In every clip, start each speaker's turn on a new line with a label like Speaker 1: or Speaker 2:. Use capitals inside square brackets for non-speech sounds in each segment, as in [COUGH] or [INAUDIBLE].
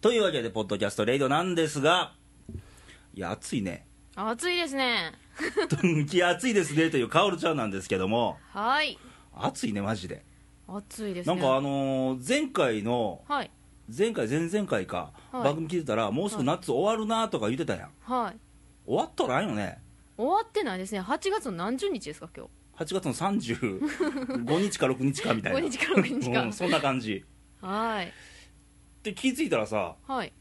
Speaker 1: というわけで、ポッドキャストレイドなんですが、いや、暑いね。
Speaker 2: 暑いですね
Speaker 1: いや、暑いですねというカオルちゃんなんですけども、
Speaker 2: はい
Speaker 1: 暑いね、マジで。
Speaker 2: 暑いです
Speaker 1: な
Speaker 2: ね
Speaker 1: んかあのー前回の、
Speaker 2: はい
Speaker 1: 前回、前々回か、
Speaker 2: はい
Speaker 1: 番組聞いてたら、もうすぐ夏終わるなとか言ってたやん。
Speaker 2: はい
Speaker 1: 終わっとらんよね。
Speaker 2: 終わってないですね8月の何十日ですか今
Speaker 1: 8月の35日か6日かみたいな
Speaker 2: 5日か6日か
Speaker 1: うんそんな感じ
Speaker 2: 日はい
Speaker 1: で気づいたらさ
Speaker 2: はい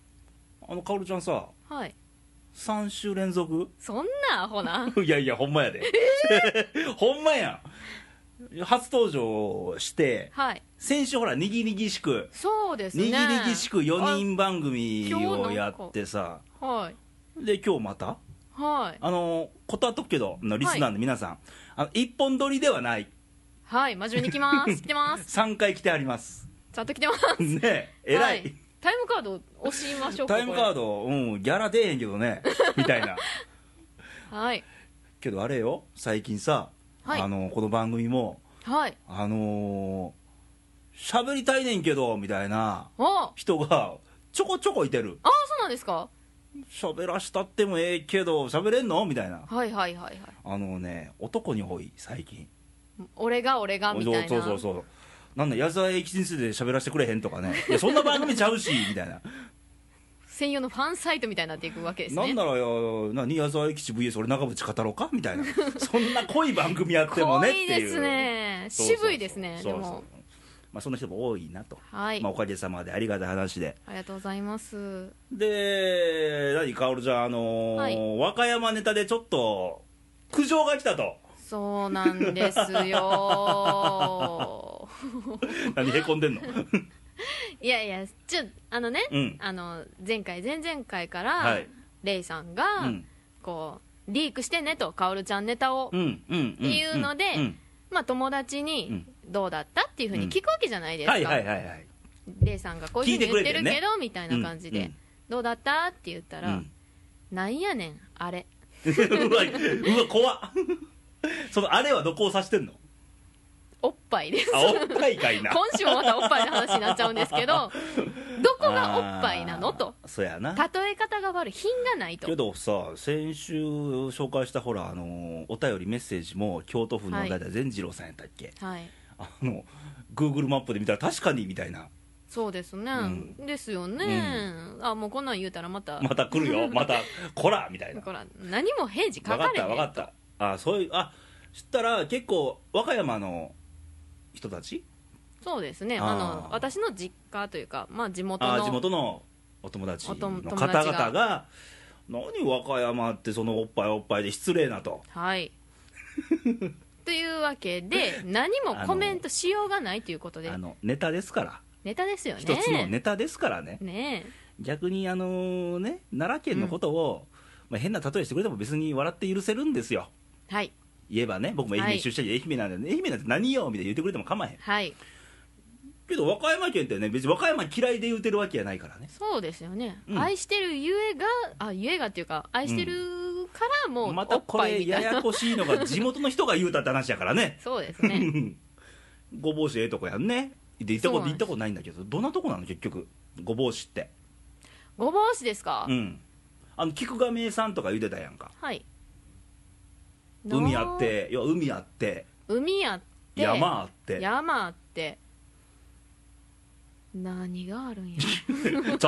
Speaker 1: あのカオルちゃんさ
Speaker 2: はい
Speaker 1: 3週連続 [LAUGHS]
Speaker 2: そんなアホな
Speaker 1: いやいやほんまやで、 [LAUGHS] ほんまやん初登場して
Speaker 2: はい
Speaker 1: 先週ほらにぎにぎしく
Speaker 2: そうです
Speaker 1: に
Speaker 2: ね
Speaker 1: ぎにぎしく4人番組
Speaker 2: あ今日なん
Speaker 1: を
Speaker 2: か
Speaker 1: やってさ
Speaker 2: あはい
Speaker 1: で今日また
Speaker 2: はい
Speaker 1: あの断っとくけどのリスナーの皆さん、あの一本撮りではない
Speaker 2: はい真面目に
Speaker 1: [LAUGHS]
Speaker 2: 来ます来てます
Speaker 1: 3回来てあります
Speaker 2: [LAUGHS] ちゃんと来てます
Speaker 1: ねえら
Speaker 2: はいタイムカード押しましょうか
Speaker 1: タイムカー
Speaker 2: ド
Speaker 1: ド、うん、ギャラ出えへんけどね、みたいな。
Speaker 2: はい
Speaker 1: けどあれよ、最近さ、
Speaker 2: はい
Speaker 1: あのこの番組も、
Speaker 2: はい
Speaker 1: あのー、喋りたいねんけど、みたいな
Speaker 2: おあ
Speaker 1: 人がちょこちょこいてる。
Speaker 2: あそうなんですか
Speaker 1: 喋らしたってもええけど、喋れんのみたいな。
Speaker 2: はいはいはいはい
Speaker 1: あのね、男に多い、最近。
Speaker 2: 俺が俺がみたいな
Speaker 1: そうそうそう。なんだ、矢沢永吉について喋らせてくれへんと
Speaker 2: [LAUGHS]
Speaker 1: かね。いや、そんな番組ちゃうし、みたいな。
Speaker 2: 専用のファンサイトみたいになっていくわけです
Speaker 1: な
Speaker 2: ね
Speaker 1: んならよ、なに矢沢永吉 VS 俺長渕語ろうかみたいな。そんな濃い番組やってもねって
Speaker 2: 濃
Speaker 1: い。
Speaker 2: いうですね
Speaker 1: そうそうそう
Speaker 2: 渋いですね
Speaker 1: そう
Speaker 2: で
Speaker 1: そう
Speaker 2: も
Speaker 1: まあそんな人も多いなと、
Speaker 2: はい、
Speaker 1: まあおかげさまでありがたい話で
Speaker 2: ありがとうございます
Speaker 1: で何かおるじゃんあのー
Speaker 2: はい
Speaker 1: 和歌山ネタでちょっと苦情が来たと
Speaker 2: そうなんです
Speaker 1: [LAUGHS]
Speaker 2: よ
Speaker 1: 何へこんでんの
Speaker 2: いやいやちょあのね、
Speaker 1: うん
Speaker 2: あの前回前々回から、
Speaker 1: はい
Speaker 2: レイさんが、
Speaker 1: うん
Speaker 2: こうリークしてねとカオルちゃんネタを、
Speaker 1: うんうんん
Speaker 2: っていうので
Speaker 1: ん
Speaker 2: まあ、友達にどうだったっていうふうに聞くわけじゃないですか、
Speaker 1: はいはいはいはい
Speaker 2: レイさんがこういうふうに言ってる
Speaker 1: 聞いてくれて
Speaker 2: け
Speaker 1: る
Speaker 2: ど、みたいな感じで、
Speaker 1: うんうん
Speaker 2: どうだったって言った
Speaker 1: う
Speaker 2: ら、
Speaker 1: ん [LAUGHS]
Speaker 2: なんやねんあれ
Speaker 1: うわうわ怖っ [LAUGHS] そのあれはどこを指してん
Speaker 2: [LAUGHS]
Speaker 1: の
Speaker 2: おっぱいです
Speaker 1: あおっぱいかいな
Speaker 2: 今週もまたおっぱいの話になっちゃうんですけどどこがおっぱいなのと
Speaker 1: あーそうやな
Speaker 2: 例え方が悪い品がないと
Speaker 1: けどさ先週紹介したほらあのーお便りメッセージも京都府の
Speaker 2: はい
Speaker 1: 大体善次郎さんやったっけ、
Speaker 2: はい
Speaker 1: あの Google マップで見たら確かにみたいな
Speaker 2: そうですね、
Speaker 1: ん
Speaker 2: ですよね、あもうこんなん言うたらまた
Speaker 1: また来るよまたこらみたいな
Speaker 2: だ
Speaker 1: 分か
Speaker 2: から何も平時書か
Speaker 1: っ
Speaker 2: れへ
Speaker 1: た
Speaker 2: ん
Speaker 1: 分かったあそういうあ知ったら結構和歌山の人たち
Speaker 2: そうですね
Speaker 1: あー
Speaker 2: あの私の実家というか、まあ、地元
Speaker 1: あ
Speaker 2: の
Speaker 1: 地元のお友達の
Speaker 2: お友友
Speaker 1: 方
Speaker 2: 達が
Speaker 1: 々が何和歌山ってそのおっぱいおっぱいで失礼なと
Speaker 2: はい
Speaker 1: [LAUGHS]
Speaker 2: というわけで何もコメントしようがないということで
Speaker 1: あのネタですから
Speaker 2: ネタですよね
Speaker 1: 一つのネタですからね
Speaker 2: ねえ
Speaker 1: 逆にあのね奈良県のことを、まあ、変な例えしてくれても別に笑って許せるんですよ
Speaker 2: はい
Speaker 1: 言えばね僕も愛
Speaker 2: はい
Speaker 1: 媛出社で愛媛なんで、愛媛なんて何よみたいな言ってくれても構わへん
Speaker 2: はい
Speaker 1: けど和歌山県ってね別に和歌山嫌いで言うてるわけやないからね
Speaker 2: そうですよね、
Speaker 1: うん
Speaker 2: 愛してるゆえがあゆえがっていうか愛してるからもう
Speaker 1: ま
Speaker 2: お
Speaker 1: た
Speaker 2: っ
Speaker 1: こ
Speaker 2: ぱい
Speaker 1: れ
Speaker 2: みた
Speaker 1: や
Speaker 2: いな、
Speaker 1: やこしいのが地元の人が言うたって話やからね
Speaker 2: [LAUGHS] そうですね
Speaker 1: [LAUGHS] ごぼう市ええとこやんねで行ったこ
Speaker 2: そう
Speaker 1: と
Speaker 2: なん
Speaker 1: 行っ
Speaker 2: です
Speaker 1: たことないんだけどどんなとこなの結局ごぼう市って
Speaker 2: ごぼうしですか、
Speaker 1: うんあの菊亀さんとか言うてたやんか
Speaker 2: はい
Speaker 1: 海あって要は海あって
Speaker 2: 海あって
Speaker 1: 山あって
Speaker 2: 山あって何があ
Speaker 1: [LAUGHS]
Speaker 2: るんや
Speaker 1: [LAUGHS] ちょ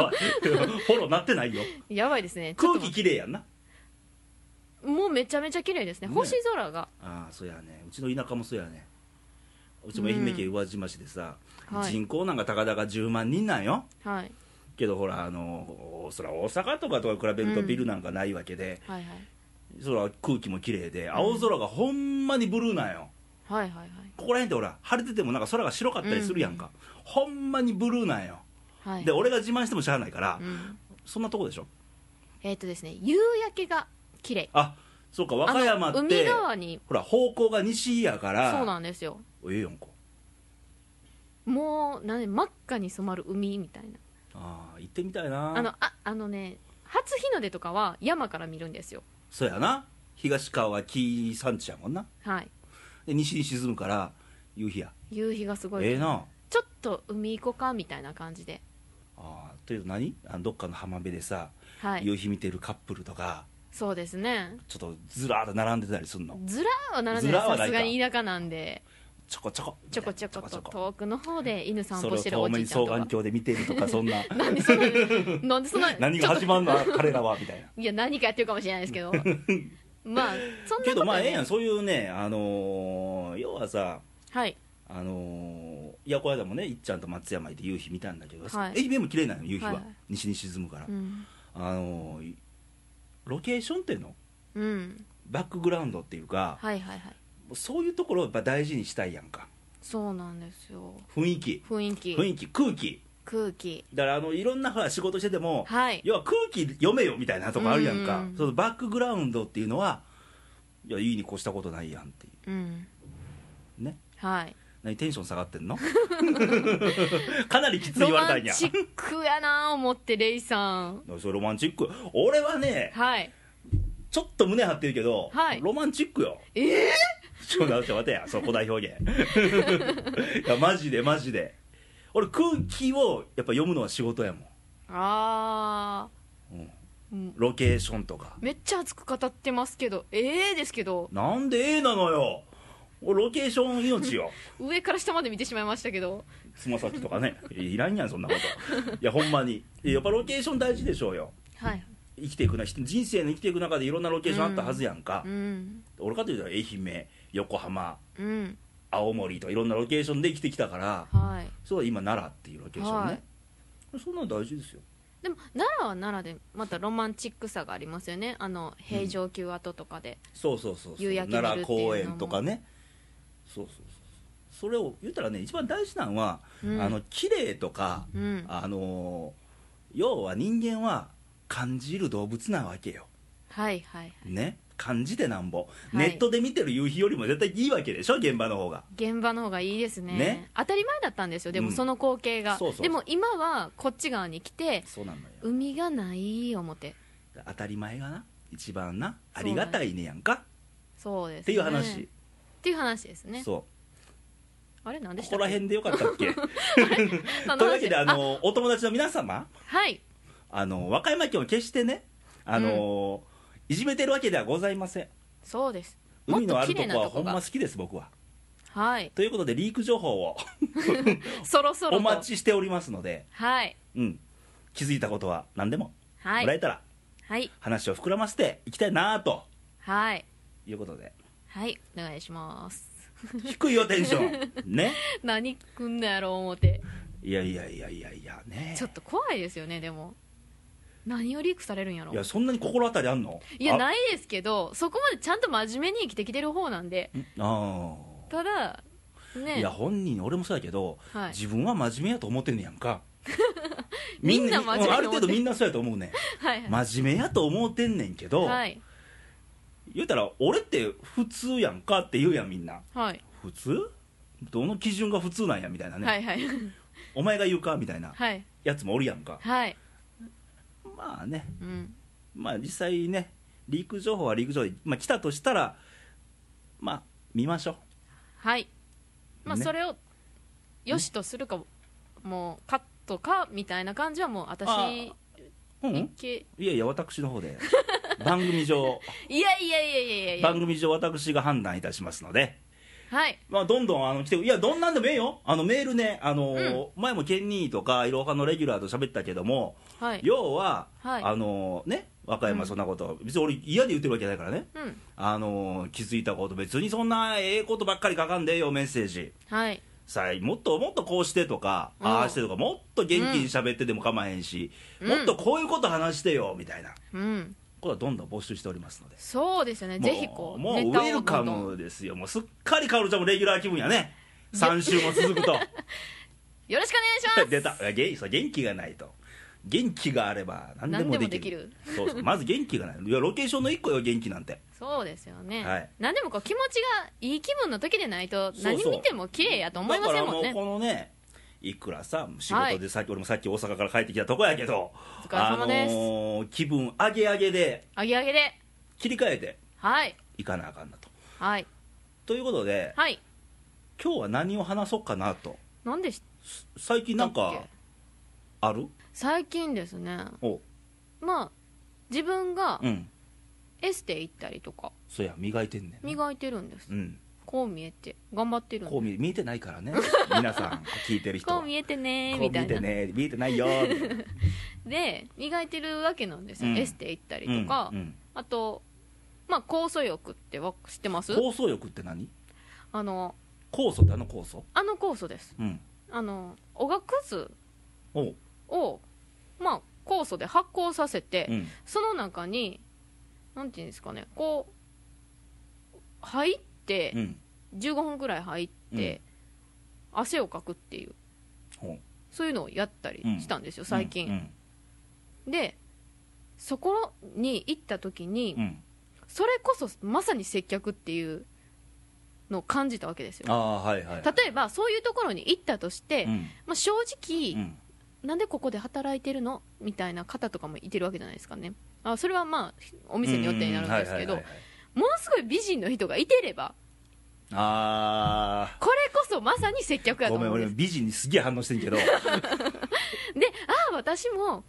Speaker 1: フォローなって
Speaker 2: [LAUGHS]
Speaker 1: ないよ
Speaker 2: やばいですねちょ
Speaker 1: 空
Speaker 2: っと
Speaker 1: 気
Speaker 2: 待
Speaker 1: きれいやんな
Speaker 2: ってもうめちゃめちゃ綺麗ですね
Speaker 1: ね
Speaker 2: 星空が、
Speaker 1: ああそうやねうちの田舎もそうやねうちも愛媛県宇和島市でさ、
Speaker 2: はい
Speaker 1: 人口なんかたかだか10万人なんよ
Speaker 2: はい、
Speaker 1: けどほらあのそら大阪とかと比べると
Speaker 2: うん
Speaker 1: ビルなんかないわけで、
Speaker 2: はいはい
Speaker 1: そら空気も綺麗で青空がほんまにブルーなんよ
Speaker 2: はいはいはい
Speaker 1: ここら辺ってほら晴れててもなんか空が白かったりするやんか、ほんまにブルーなんよ
Speaker 2: はい
Speaker 1: で俺が自慢してもしゃあないから、
Speaker 2: うん、
Speaker 1: そんなとこでしょ
Speaker 2: えっ、とですね夕焼けが綺麗
Speaker 1: あそうか和歌山っ
Speaker 2: あの海
Speaker 1: て
Speaker 2: 側に
Speaker 1: ほら方向が西やから
Speaker 2: そうなんですよ
Speaker 1: ええやんか
Speaker 2: もうなん真っ赤に染まる海みたいな
Speaker 1: ああ行ってみたいな
Speaker 2: あのああのね初日の出とかは山から見るんですよ
Speaker 1: そうやな東川紀山地やもんな
Speaker 2: はい
Speaker 1: で西に沈むから夕日や
Speaker 2: 夕日がすごい、
Speaker 1: ええな
Speaker 2: ちょっと海行こうかみたいな感じで
Speaker 1: ああーというと何あのどっかの浜辺でさ、
Speaker 2: はい
Speaker 1: 夕日見てるカップルとか
Speaker 2: そうですね
Speaker 1: ちょっとずらーっと並んでたりするの
Speaker 2: ずらーはならな
Speaker 1: ず
Speaker 2: い
Speaker 1: らーはないか
Speaker 2: さすがに田舎なんで
Speaker 1: ちょこちょこ
Speaker 2: ちょこちょこと
Speaker 1: ちょ
Speaker 2: 遠くの方で犬散
Speaker 1: そ
Speaker 2: 歩して
Speaker 1: れ
Speaker 2: る
Speaker 1: を
Speaker 2: お
Speaker 1: 遠目
Speaker 2: じい
Speaker 1: に
Speaker 2: ちゃん
Speaker 1: 双
Speaker 2: とか
Speaker 1: 眼鏡で見てるとかそんな
Speaker 2: [LAUGHS] なんでそんななんでそん
Speaker 1: [LAUGHS]
Speaker 2: な
Speaker 1: 何が始まるの彼らはみたいない
Speaker 2: や何かやってるかもしれないです
Speaker 1: [LAUGHS]
Speaker 2: けどまあそんなこと
Speaker 1: けどまあええやん
Speaker 2: ん
Speaker 1: そういうねあのー要はさ
Speaker 2: はい
Speaker 1: あのーいやこの間もねいっちゃんと松山行って夕日見たんだけど、
Speaker 2: はい
Speaker 1: 愛媛も綺麗なの夕日は、
Speaker 2: はい
Speaker 1: 西に沈むから、
Speaker 2: うん、
Speaker 1: あのーいロケーションっていうの
Speaker 2: うん、
Speaker 1: バックグラウンドっていうか、
Speaker 2: はいはいはい
Speaker 1: そういうところをやっぱ大事にしたいやんか
Speaker 2: そうなんですよ
Speaker 1: 雰囲気
Speaker 2: 雰囲気
Speaker 1: 雰囲気空気
Speaker 2: 空気
Speaker 1: だからあのいろんなほら仕事してても、
Speaker 2: はい
Speaker 1: 要は空気読めよみたいなとこあるやんか、
Speaker 2: うん
Speaker 1: そのバックグラウンドっていうのはいやいいに越したことないやんってい
Speaker 2: うん
Speaker 1: うね
Speaker 2: はい
Speaker 1: 何テンション下がって
Speaker 2: [LAUGHS]
Speaker 1: んのかなりきつい
Speaker 2: ロ
Speaker 1: 言われ
Speaker 2: マ
Speaker 1: たん
Speaker 2: ン
Speaker 1: や
Speaker 2: チックやな思ってレイさん
Speaker 1: それロマンチック俺はね
Speaker 2: はい
Speaker 1: ちょっと胸張ってるけど、
Speaker 2: はい
Speaker 1: ロマンチックよ
Speaker 2: ええ
Speaker 1: ちょっと待って待てやそこ代表現
Speaker 2: [LAUGHS]
Speaker 1: いやマジでマジで俺空気をやっぱ読むのは仕事やもん
Speaker 2: あ
Speaker 1: うん
Speaker 2: ーうん
Speaker 1: ロケーションとか
Speaker 2: めっちゃ熱く語ってますけどええですけど
Speaker 1: なんで A なのよ俺ロケーション命よ
Speaker 2: 上から下まで見てしまいましたけど
Speaker 1: つま先とかね [LAUGHS] いらんやんそんなこといやほんまにいややっぱロケーション大事でしょうよ
Speaker 2: はい
Speaker 1: 生きていくな人生の生きていく中でいろんなロケーションあったはずやんか
Speaker 2: う、ん
Speaker 1: 俺かというと愛媛横浜
Speaker 2: うん
Speaker 1: 青森とかいろんなロケーションで生きてきたから
Speaker 2: はい
Speaker 1: そう今奈良っていうロケーションね、
Speaker 2: はい
Speaker 1: そんなの大事ですよ
Speaker 2: でも奈良は奈良でまたロマンチックさがありますよねあの平城宮跡とかで、
Speaker 1: そうそうそうそう
Speaker 2: 夕焼け見るっ
Speaker 1: 奈
Speaker 2: ていうの
Speaker 1: 良
Speaker 2: も
Speaker 1: 公園とかねそうそうそうそれを言ったらね一番大事なのは、
Speaker 2: うん
Speaker 1: あの綺麗とか、
Speaker 2: うん
Speaker 1: あのー要は人間は感じる動物なわけよ
Speaker 2: はいはいはい
Speaker 1: ね感じてなんぼ、
Speaker 2: い
Speaker 1: ネットで見てる夕日よりも絶対いいわけでしょ現場の方が
Speaker 2: 現場の方がいいですね
Speaker 1: ね
Speaker 2: 当たり前だったんですよで
Speaker 1: う
Speaker 2: も
Speaker 1: ん
Speaker 2: その光景が、
Speaker 1: そうそうそう
Speaker 2: でも今はこっち側に来て
Speaker 1: そうなのよ
Speaker 2: 海がない思って
Speaker 1: 当たり前がな一番なあ
Speaker 2: そうなん
Speaker 1: り
Speaker 2: よ
Speaker 1: がたいねやんか
Speaker 2: そうです、ね、
Speaker 1: っていう話、
Speaker 2: っていう話ですね
Speaker 1: そう
Speaker 2: あれなんで
Speaker 1: こ
Speaker 2: し
Speaker 1: こ
Speaker 2: た
Speaker 1: ら
Speaker 2: っけ
Speaker 1: 辺でよかったっ
Speaker 2: [LAUGHS]
Speaker 1: け
Speaker 2: 何
Speaker 1: という
Speaker 2: の話
Speaker 1: わけであのお友達の皆様
Speaker 2: はい
Speaker 1: あの和歌山県を決してねあの、いじめてるわけではございません
Speaker 2: そうですもっ
Speaker 1: 海のあ
Speaker 2: と
Speaker 1: る
Speaker 2: 綺
Speaker 1: と
Speaker 2: 麗な
Speaker 1: こは
Speaker 2: と
Speaker 1: ほ
Speaker 2: こ
Speaker 1: ん
Speaker 2: が
Speaker 1: ま好きです僕は
Speaker 2: はい
Speaker 1: ということでリーク情報を
Speaker 2: そろそろと
Speaker 1: お待ちしておりますので、
Speaker 2: はい
Speaker 1: うん、気づいたことは何でも
Speaker 2: は
Speaker 1: もらえ
Speaker 2: い
Speaker 1: たら
Speaker 2: はい
Speaker 1: 話を膨らませていきたいなと
Speaker 2: はい
Speaker 1: いうことで
Speaker 2: はいお願いします
Speaker 1: 低いよテンショ
Speaker 2: [LAUGHS]
Speaker 1: ンね
Speaker 2: 何くんのやろう思って
Speaker 1: いやいやいやいやいやね
Speaker 2: ちょっと怖いですよねでも何をリークされるんやろ
Speaker 1: いやそんなに心当たりあんの
Speaker 2: いや
Speaker 1: い
Speaker 2: ないですけどそこまでちゃんと真面目に生きてきてる方なんで
Speaker 1: あ
Speaker 2: ただ
Speaker 1: あ
Speaker 2: ね
Speaker 1: いや本人俺もそうやけど、
Speaker 2: はい
Speaker 1: 自分は真面目やと思ってんねやんか
Speaker 2: [LAUGHS] みんな真面目
Speaker 1: うん
Speaker 2: や
Speaker 1: ある
Speaker 2: と思って
Speaker 1: 程度みんなそうやと思うねん
Speaker 2: はいはい
Speaker 1: 真面目やと思うてんねんけど、
Speaker 2: はい
Speaker 1: 言うたら俺って普通やんかって言うやんみんな
Speaker 2: はい
Speaker 1: 普通どの基準が普通なんやみたいなね、
Speaker 2: はいはい
Speaker 1: お前が言うかみたいな
Speaker 2: はい
Speaker 1: やつもおるやんか、
Speaker 2: はい
Speaker 1: まあね
Speaker 2: うん
Speaker 1: まあ実際ねリーク情報はリーク情報で、まあ、来たとしたらまあ見ましょう
Speaker 2: はいまあ
Speaker 1: ね
Speaker 2: それをよしとするかもうカットかみたいな感じはもう
Speaker 1: あ
Speaker 2: 私
Speaker 1: う
Speaker 2: い
Speaker 1: ん
Speaker 2: け
Speaker 1: いやいや私の方で [LAUGHS] 番組上
Speaker 2: いやいやいやいやいやいや
Speaker 1: 番組上私が判断いたしますので
Speaker 2: はい
Speaker 1: まあどんどんあの来ていやどんなんでもええよあのメールねあのー前もケンニーとかいろはのレギュラーと喋ったけども
Speaker 2: はい
Speaker 1: 要は、
Speaker 2: はい
Speaker 1: あのね和歌山そんなこと、別に俺嫌で言ってるわけじゃないからね
Speaker 2: うん
Speaker 1: あの気づいたこと別にそんなええことばっかり書かんでええよメッセージ
Speaker 2: はい
Speaker 1: さあもっともっとこうしてとか、
Speaker 2: うん
Speaker 1: ああしてとかもっと元気に喋ってでも構えへんし、
Speaker 2: うん
Speaker 1: もっとこういうこと話してよみたいな
Speaker 2: うん
Speaker 1: ことはどんどん募集しておりますので
Speaker 2: そうですよね
Speaker 1: もう
Speaker 2: ぜひこう
Speaker 1: もうウ
Speaker 2: ネタを
Speaker 1: ェルカ
Speaker 2: どんどん
Speaker 1: ムですよもうすっかりカオルちゃんもレギュラー気分やね3週も続
Speaker 2: [LAUGHS]
Speaker 1: くと
Speaker 2: よろしくお願いし
Speaker 1: 出たいやげそう元気がないと元気があれば何でもできる
Speaker 2: 何でもできる
Speaker 1: そうそうまず元気がないいやロケーションの1個よ元気なんて
Speaker 2: ますそうですよね、
Speaker 1: はい
Speaker 2: 何でもこう気持ちがいい気分の時でないと
Speaker 1: そう
Speaker 2: 何
Speaker 1: そう
Speaker 2: 見ても綺麗やと思いませんも
Speaker 1: だ
Speaker 2: んね
Speaker 1: からもうこのねいくらさ仕事でさっき、俺もさっき大阪から帰ってきたとこやけど
Speaker 2: お疲れ様です
Speaker 1: あのー気分上げ上げで
Speaker 2: あげあげで
Speaker 1: 切り替えて
Speaker 2: はい
Speaker 1: いかなあかんなと
Speaker 2: はい
Speaker 1: ということで
Speaker 2: はい
Speaker 1: 今日は何を話そうかなと
Speaker 2: 何でし
Speaker 1: 最近なん
Speaker 2: だっ
Speaker 1: かある
Speaker 2: 最近ですね
Speaker 1: お
Speaker 2: まあ自分が
Speaker 1: うん
Speaker 2: エステ行ったりとか
Speaker 1: そや磨いてんねん
Speaker 2: 磨いてるんです、
Speaker 1: うん
Speaker 2: こう見えて頑張ってるんで
Speaker 1: こう見見えてないから
Speaker 2: [LAUGHS]
Speaker 1: ね皆さん聞いてる人
Speaker 2: こ
Speaker 1: は
Speaker 2: う見えてね
Speaker 1: こう
Speaker 2: ーみ
Speaker 1: 見
Speaker 2: た
Speaker 1: え
Speaker 2: いな
Speaker 1: てね見えてないよみたいな
Speaker 2: で磨いてるわけなんですよ、
Speaker 1: うん
Speaker 2: エステ行ったり [LAUGHS] とか、
Speaker 1: うんうん
Speaker 2: あとまあ酵素浴ってわ知ってます
Speaker 1: 酵素浴って何
Speaker 2: あの
Speaker 1: 酵素ってあの酵素
Speaker 2: あの酵素です
Speaker 1: うん
Speaker 2: あのおがくず
Speaker 1: おう
Speaker 2: をまあ酵素で発酵させて、
Speaker 1: うん
Speaker 2: その中になんていうんですかねこう入って、
Speaker 1: うん
Speaker 2: 15分ぐらい入って、汗をかくっていう
Speaker 1: ほう
Speaker 2: そういうのをやったりしたんですよ、最近、
Speaker 1: うん
Speaker 2: でそこに行った時に、
Speaker 1: うんうん
Speaker 2: それこそまさに接客っていうのを感じたわけですよ
Speaker 1: ああはいはい
Speaker 2: 例えばそういうところに行ったとして、
Speaker 1: うん
Speaker 2: まあ、正
Speaker 1: う
Speaker 2: 直、
Speaker 1: ん
Speaker 2: なんでここで働いてるのみたいな方とかもいてるわけじゃないですかねあそれはまあお店によってになるんですけど
Speaker 1: う
Speaker 2: も
Speaker 1: はいはいはいはい
Speaker 2: のすごい美人の人がいてれば
Speaker 1: あ
Speaker 2: これこそまさに接客
Speaker 1: あ
Speaker 2: やと
Speaker 1: ご
Speaker 2: 思
Speaker 1: めん
Speaker 2: うんで
Speaker 1: 俺
Speaker 2: す
Speaker 1: 美人にすげえ反応してんけ
Speaker 2: [LAUGHS]
Speaker 1: ど
Speaker 2: でああ私も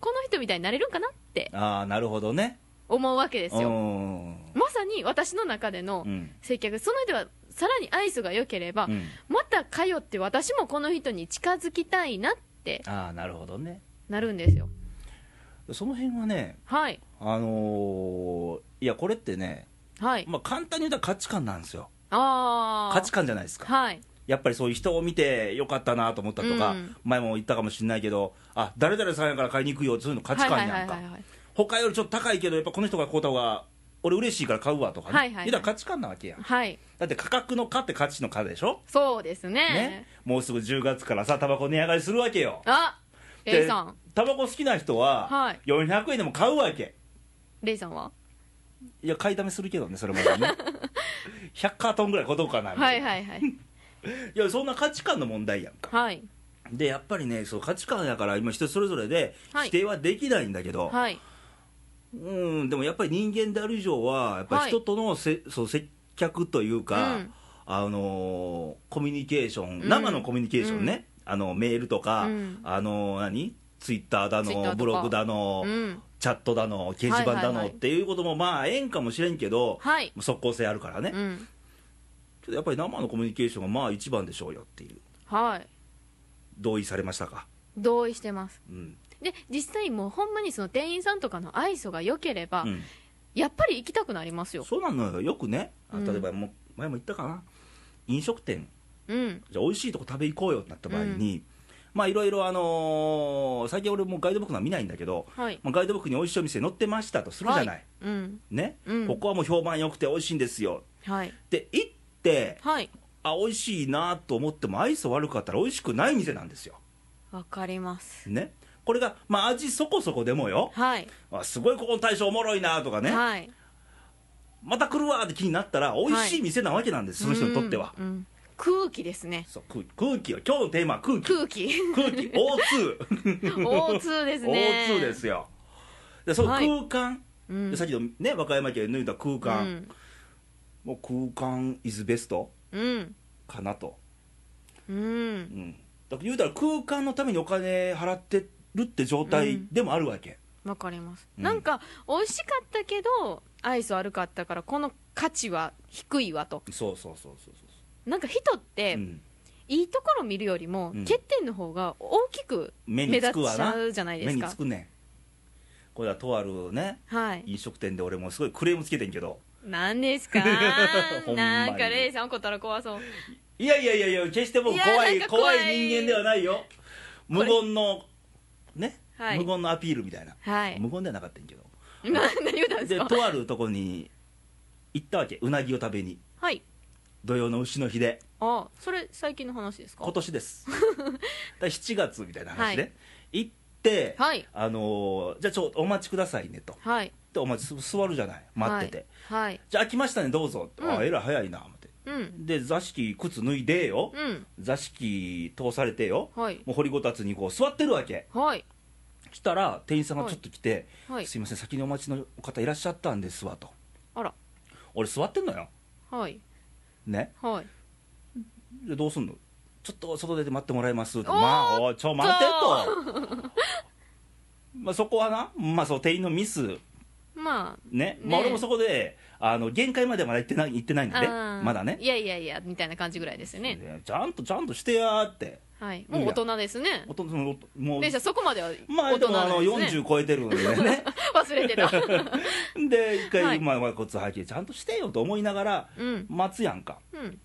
Speaker 2: この人みたいになれるんかなって
Speaker 1: ああなるほどね
Speaker 2: 思うわけです
Speaker 1: う
Speaker 2: よ
Speaker 1: ん
Speaker 2: まさに私の中での
Speaker 1: うん
Speaker 2: 接客その人はさらに愛想が良ければ、
Speaker 1: うん
Speaker 2: また通って私もこの人に近づきたいなって
Speaker 1: ああなるほどね
Speaker 2: なるんですよ
Speaker 1: その辺はね
Speaker 2: はい
Speaker 1: あのーいやこれってね、
Speaker 2: はい
Speaker 1: まあ、簡単に言ったら価値観なんですよ
Speaker 2: ああ
Speaker 1: 価値観じゃないですか
Speaker 2: はい
Speaker 1: やっぱりそういう人を見てよかったなと思ったとか、
Speaker 2: うん
Speaker 1: 前も言ったかもしれないけどあ誰々さんやから買いに行くよってそういうの価値観やんか、
Speaker 2: はいはいはいはい
Speaker 1: 他よりちょっと高いけどやっぱこの人が買うた方が俺嬉しいから買うわとかね、
Speaker 2: はいはいはい
Speaker 1: 言ったら価値観なわけやん
Speaker 2: はい
Speaker 1: だって価格の「価」って価値の「価」でしょ、
Speaker 2: そうですね
Speaker 1: ねもうすぐ10月からさタバコ値上がりするわけよ
Speaker 2: あレイ
Speaker 1: で
Speaker 2: さん
Speaker 1: タバコ好きな人
Speaker 2: は
Speaker 1: はい400円でも買うわけ、
Speaker 2: レイさんはい
Speaker 1: や買いだめするけどねそれま
Speaker 2: [LAUGHS]
Speaker 1: でね100カートンぐらい買とうかなみ
Speaker 2: は
Speaker 1: たい
Speaker 2: い
Speaker 1: な、
Speaker 2: はいはい
Speaker 1: いやそんな価値観の問題やんか
Speaker 2: はい
Speaker 1: でやっぱりねそう価値観やから今人それぞれで
Speaker 2: はい
Speaker 1: 否定はできないんだけど、
Speaker 2: はい
Speaker 1: うんでもやっぱり人間である以上はやっぱ
Speaker 2: はい
Speaker 1: り人とのせ、そう接客というか、
Speaker 2: うん
Speaker 1: あのーコミュニケーション、
Speaker 2: うん
Speaker 1: 生のコミュニケーションね、あのメールとか、
Speaker 2: うん
Speaker 1: あのー何ツイッターだ
Speaker 2: ツイッタ
Speaker 1: の
Speaker 2: ーとか
Speaker 1: ブログだの、
Speaker 2: うん
Speaker 1: チャットだの掲示板だの、
Speaker 2: はいはいはい
Speaker 1: っていうこともまあええんかもしれんけど、
Speaker 2: はい
Speaker 1: 即効性あるからね、
Speaker 2: うん
Speaker 1: けどやっぱり生のコミュニケーションがまあ一番でしょうよっていう
Speaker 2: はい
Speaker 1: 同意されましたか
Speaker 2: 同意してます
Speaker 1: うん、
Speaker 2: で実際もうほんまにその店員さんとかの愛想が良ければ、
Speaker 1: うん
Speaker 2: やっぱり行きたくなりますよ
Speaker 1: そうなのよよくねあ
Speaker 2: うん
Speaker 1: 例えばもう、前も言ったかな飲食店
Speaker 2: うん
Speaker 1: じゃあ美味しいとこ食べ行こうよってなった場合に、まあいろいろあのー最近俺もうガイドブックなんか見ないんだけど、
Speaker 2: はい
Speaker 1: まあ、ガイドブックに美味しいお店載ってましたとするじゃない、
Speaker 2: はいうん
Speaker 1: ね、
Speaker 2: うん
Speaker 1: ここはもう評判良くて美味しいんですよ
Speaker 2: はい
Speaker 1: で行って
Speaker 2: はい
Speaker 1: あ美味しいなと思っても愛想悪かったら美味しくない店なんですよ
Speaker 2: わかります
Speaker 1: ねこれがまあ味そこそこでもよ
Speaker 2: はい、
Speaker 1: あすごいここの大将おもろいなとかね、
Speaker 2: はい
Speaker 1: また来るわって気になったら美味しい店なわけなんです、その人にとっては、
Speaker 2: うんうん空気ですね
Speaker 1: そう空空気よ今日のテーマは空気
Speaker 2: 空
Speaker 1: [LAUGHS]
Speaker 2: 気
Speaker 1: 空気
Speaker 2: [LAUGHS]
Speaker 1: O2
Speaker 2: O2 ですね
Speaker 1: O2 ですよでその
Speaker 2: はい
Speaker 1: 空間、
Speaker 2: うん
Speaker 1: でさっきのね和歌山県で抜いた空間、
Speaker 2: うん
Speaker 1: もう空間イズベスト
Speaker 2: うん
Speaker 1: かなと、
Speaker 2: うん
Speaker 1: うん、だから言うたら空間のためにお金払ってるって状態でもあるわけ、
Speaker 2: わかります、
Speaker 1: うん
Speaker 2: なんか美味しかったけど愛想悪かったからこの価値は低いわと
Speaker 1: そうそうそうそうそう
Speaker 2: なんか人
Speaker 1: う
Speaker 2: って
Speaker 1: ん、
Speaker 2: いいところ見るよりも、
Speaker 1: うん
Speaker 2: 欠点の方が大きく
Speaker 1: 目
Speaker 2: 目
Speaker 1: に
Speaker 2: 立
Speaker 1: つ
Speaker 2: っ
Speaker 1: くわ
Speaker 2: ち
Speaker 1: な
Speaker 2: ゃうじゃないで
Speaker 1: 目
Speaker 2: す
Speaker 1: に
Speaker 2: か
Speaker 1: つくねんこれはとあるね
Speaker 2: はい
Speaker 1: 飲食店で俺もすごいクレームつけてんけど
Speaker 2: なんですか
Speaker 1: [LAUGHS] ほんま
Speaker 2: な
Speaker 1: に
Speaker 2: んかレイさん怒ったら怖そう
Speaker 1: いやいやいやいや決して僕
Speaker 2: いや
Speaker 1: 怖い
Speaker 2: なんか怖
Speaker 1: 怖
Speaker 2: い
Speaker 1: い人間ではないよ無言のね、
Speaker 2: はい
Speaker 1: 無言のアピールみたいな、
Speaker 2: はい
Speaker 1: 無言ではなかったんやけど
Speaker 2: な [LAUGHS] 何言うたんです
Speaker 1: で
Speaker 2: か
Speaker 1: とあるとこに行ったわけうなぎを食べに
Speaker 2: はい
Speaker 1: 土曜の牛の日で
Speaker 2: あそれ最近の話ですか
Speaker 1: 今年です
Speaker 2: [LAUGHS]
Speaker 1: だから7月みたいな話で、
Speaker 2: は
Speaker 1: 行って、
Speaker 2: はい
Speaker 1: あのーじゃあちょっとお待ちくださいねと
Speaker 2: はい
Speaker 1: でお待ちす座るじゃない待ってて、
Speaker 2: はい、はい、
Speaker 1: じゃあ空きましたねどうぞ、
Speaker 2: うん
Speaker 1: ああえらい早いな思って
Speaker 2: うん
Speaker 1: で座敷靴脱いでよ、
Speaker 2: うん
Speaker 1: 座敷通されてよ、
Speaker 2: はい
Speaker 1: もう掘りごたつにこう座ってるわけ
Speaker 2: はい
Speaker 1: 来たら店員さんがちょっと来て「
Speaker 2: はい
Speaker 1: すいません先にお待ちの方いらっしゃったんですわ」と
Speaker 2: あら
Speaker 1: 俺座ってんのよ
Speaker 2: はい
Speaker 1: ね
Speaker 2: はい
Speaker 1: でどうすんのちょっと外出て待ってもらえます」と
Speaker 2: おー
Speaker 1: まあおいちょ待って」
Speaker 2: そ
Speaker 1: とまあそこはな、まあ、そう店員のミス
Speaker 2: まあ
Speaker 1: ね
Speaker 2: ね
Speaker 1: まあ、俺もそこであの限界まではまだ行ってない行ってないんでね
Speaker 2: あー
Speaker 1: まだね
Speaker 2: いやいやいやみたいな感じぐらいですよね
Speaker 1: ちゃんとちゃんとしてやーって
Speaker 2: はいもう大人ですね
Speaker 1: おとそのもう
Speaker 2: 電車そこまでは
Speaker 1: まあ
Speaker 2: 大
Speaker 1: で
Speaker 2: 人
Speaker 1: もあ
Speaker 2: な
Speaker 1: の
Speaker 2: んですね
Speaker 1: 40超えてるんでね
Speaker 2: 忘れてた
Speaker 1: [LAUGHS] で一
Speaker 2: は
Speaker 1: 回
Speaker 2: い
Speaker 1: まあまあ骨吐いてちゃんとしてよと思いながら
Speaker 2: うん
Speaker 1: 待つやんか
Speaker 2: うん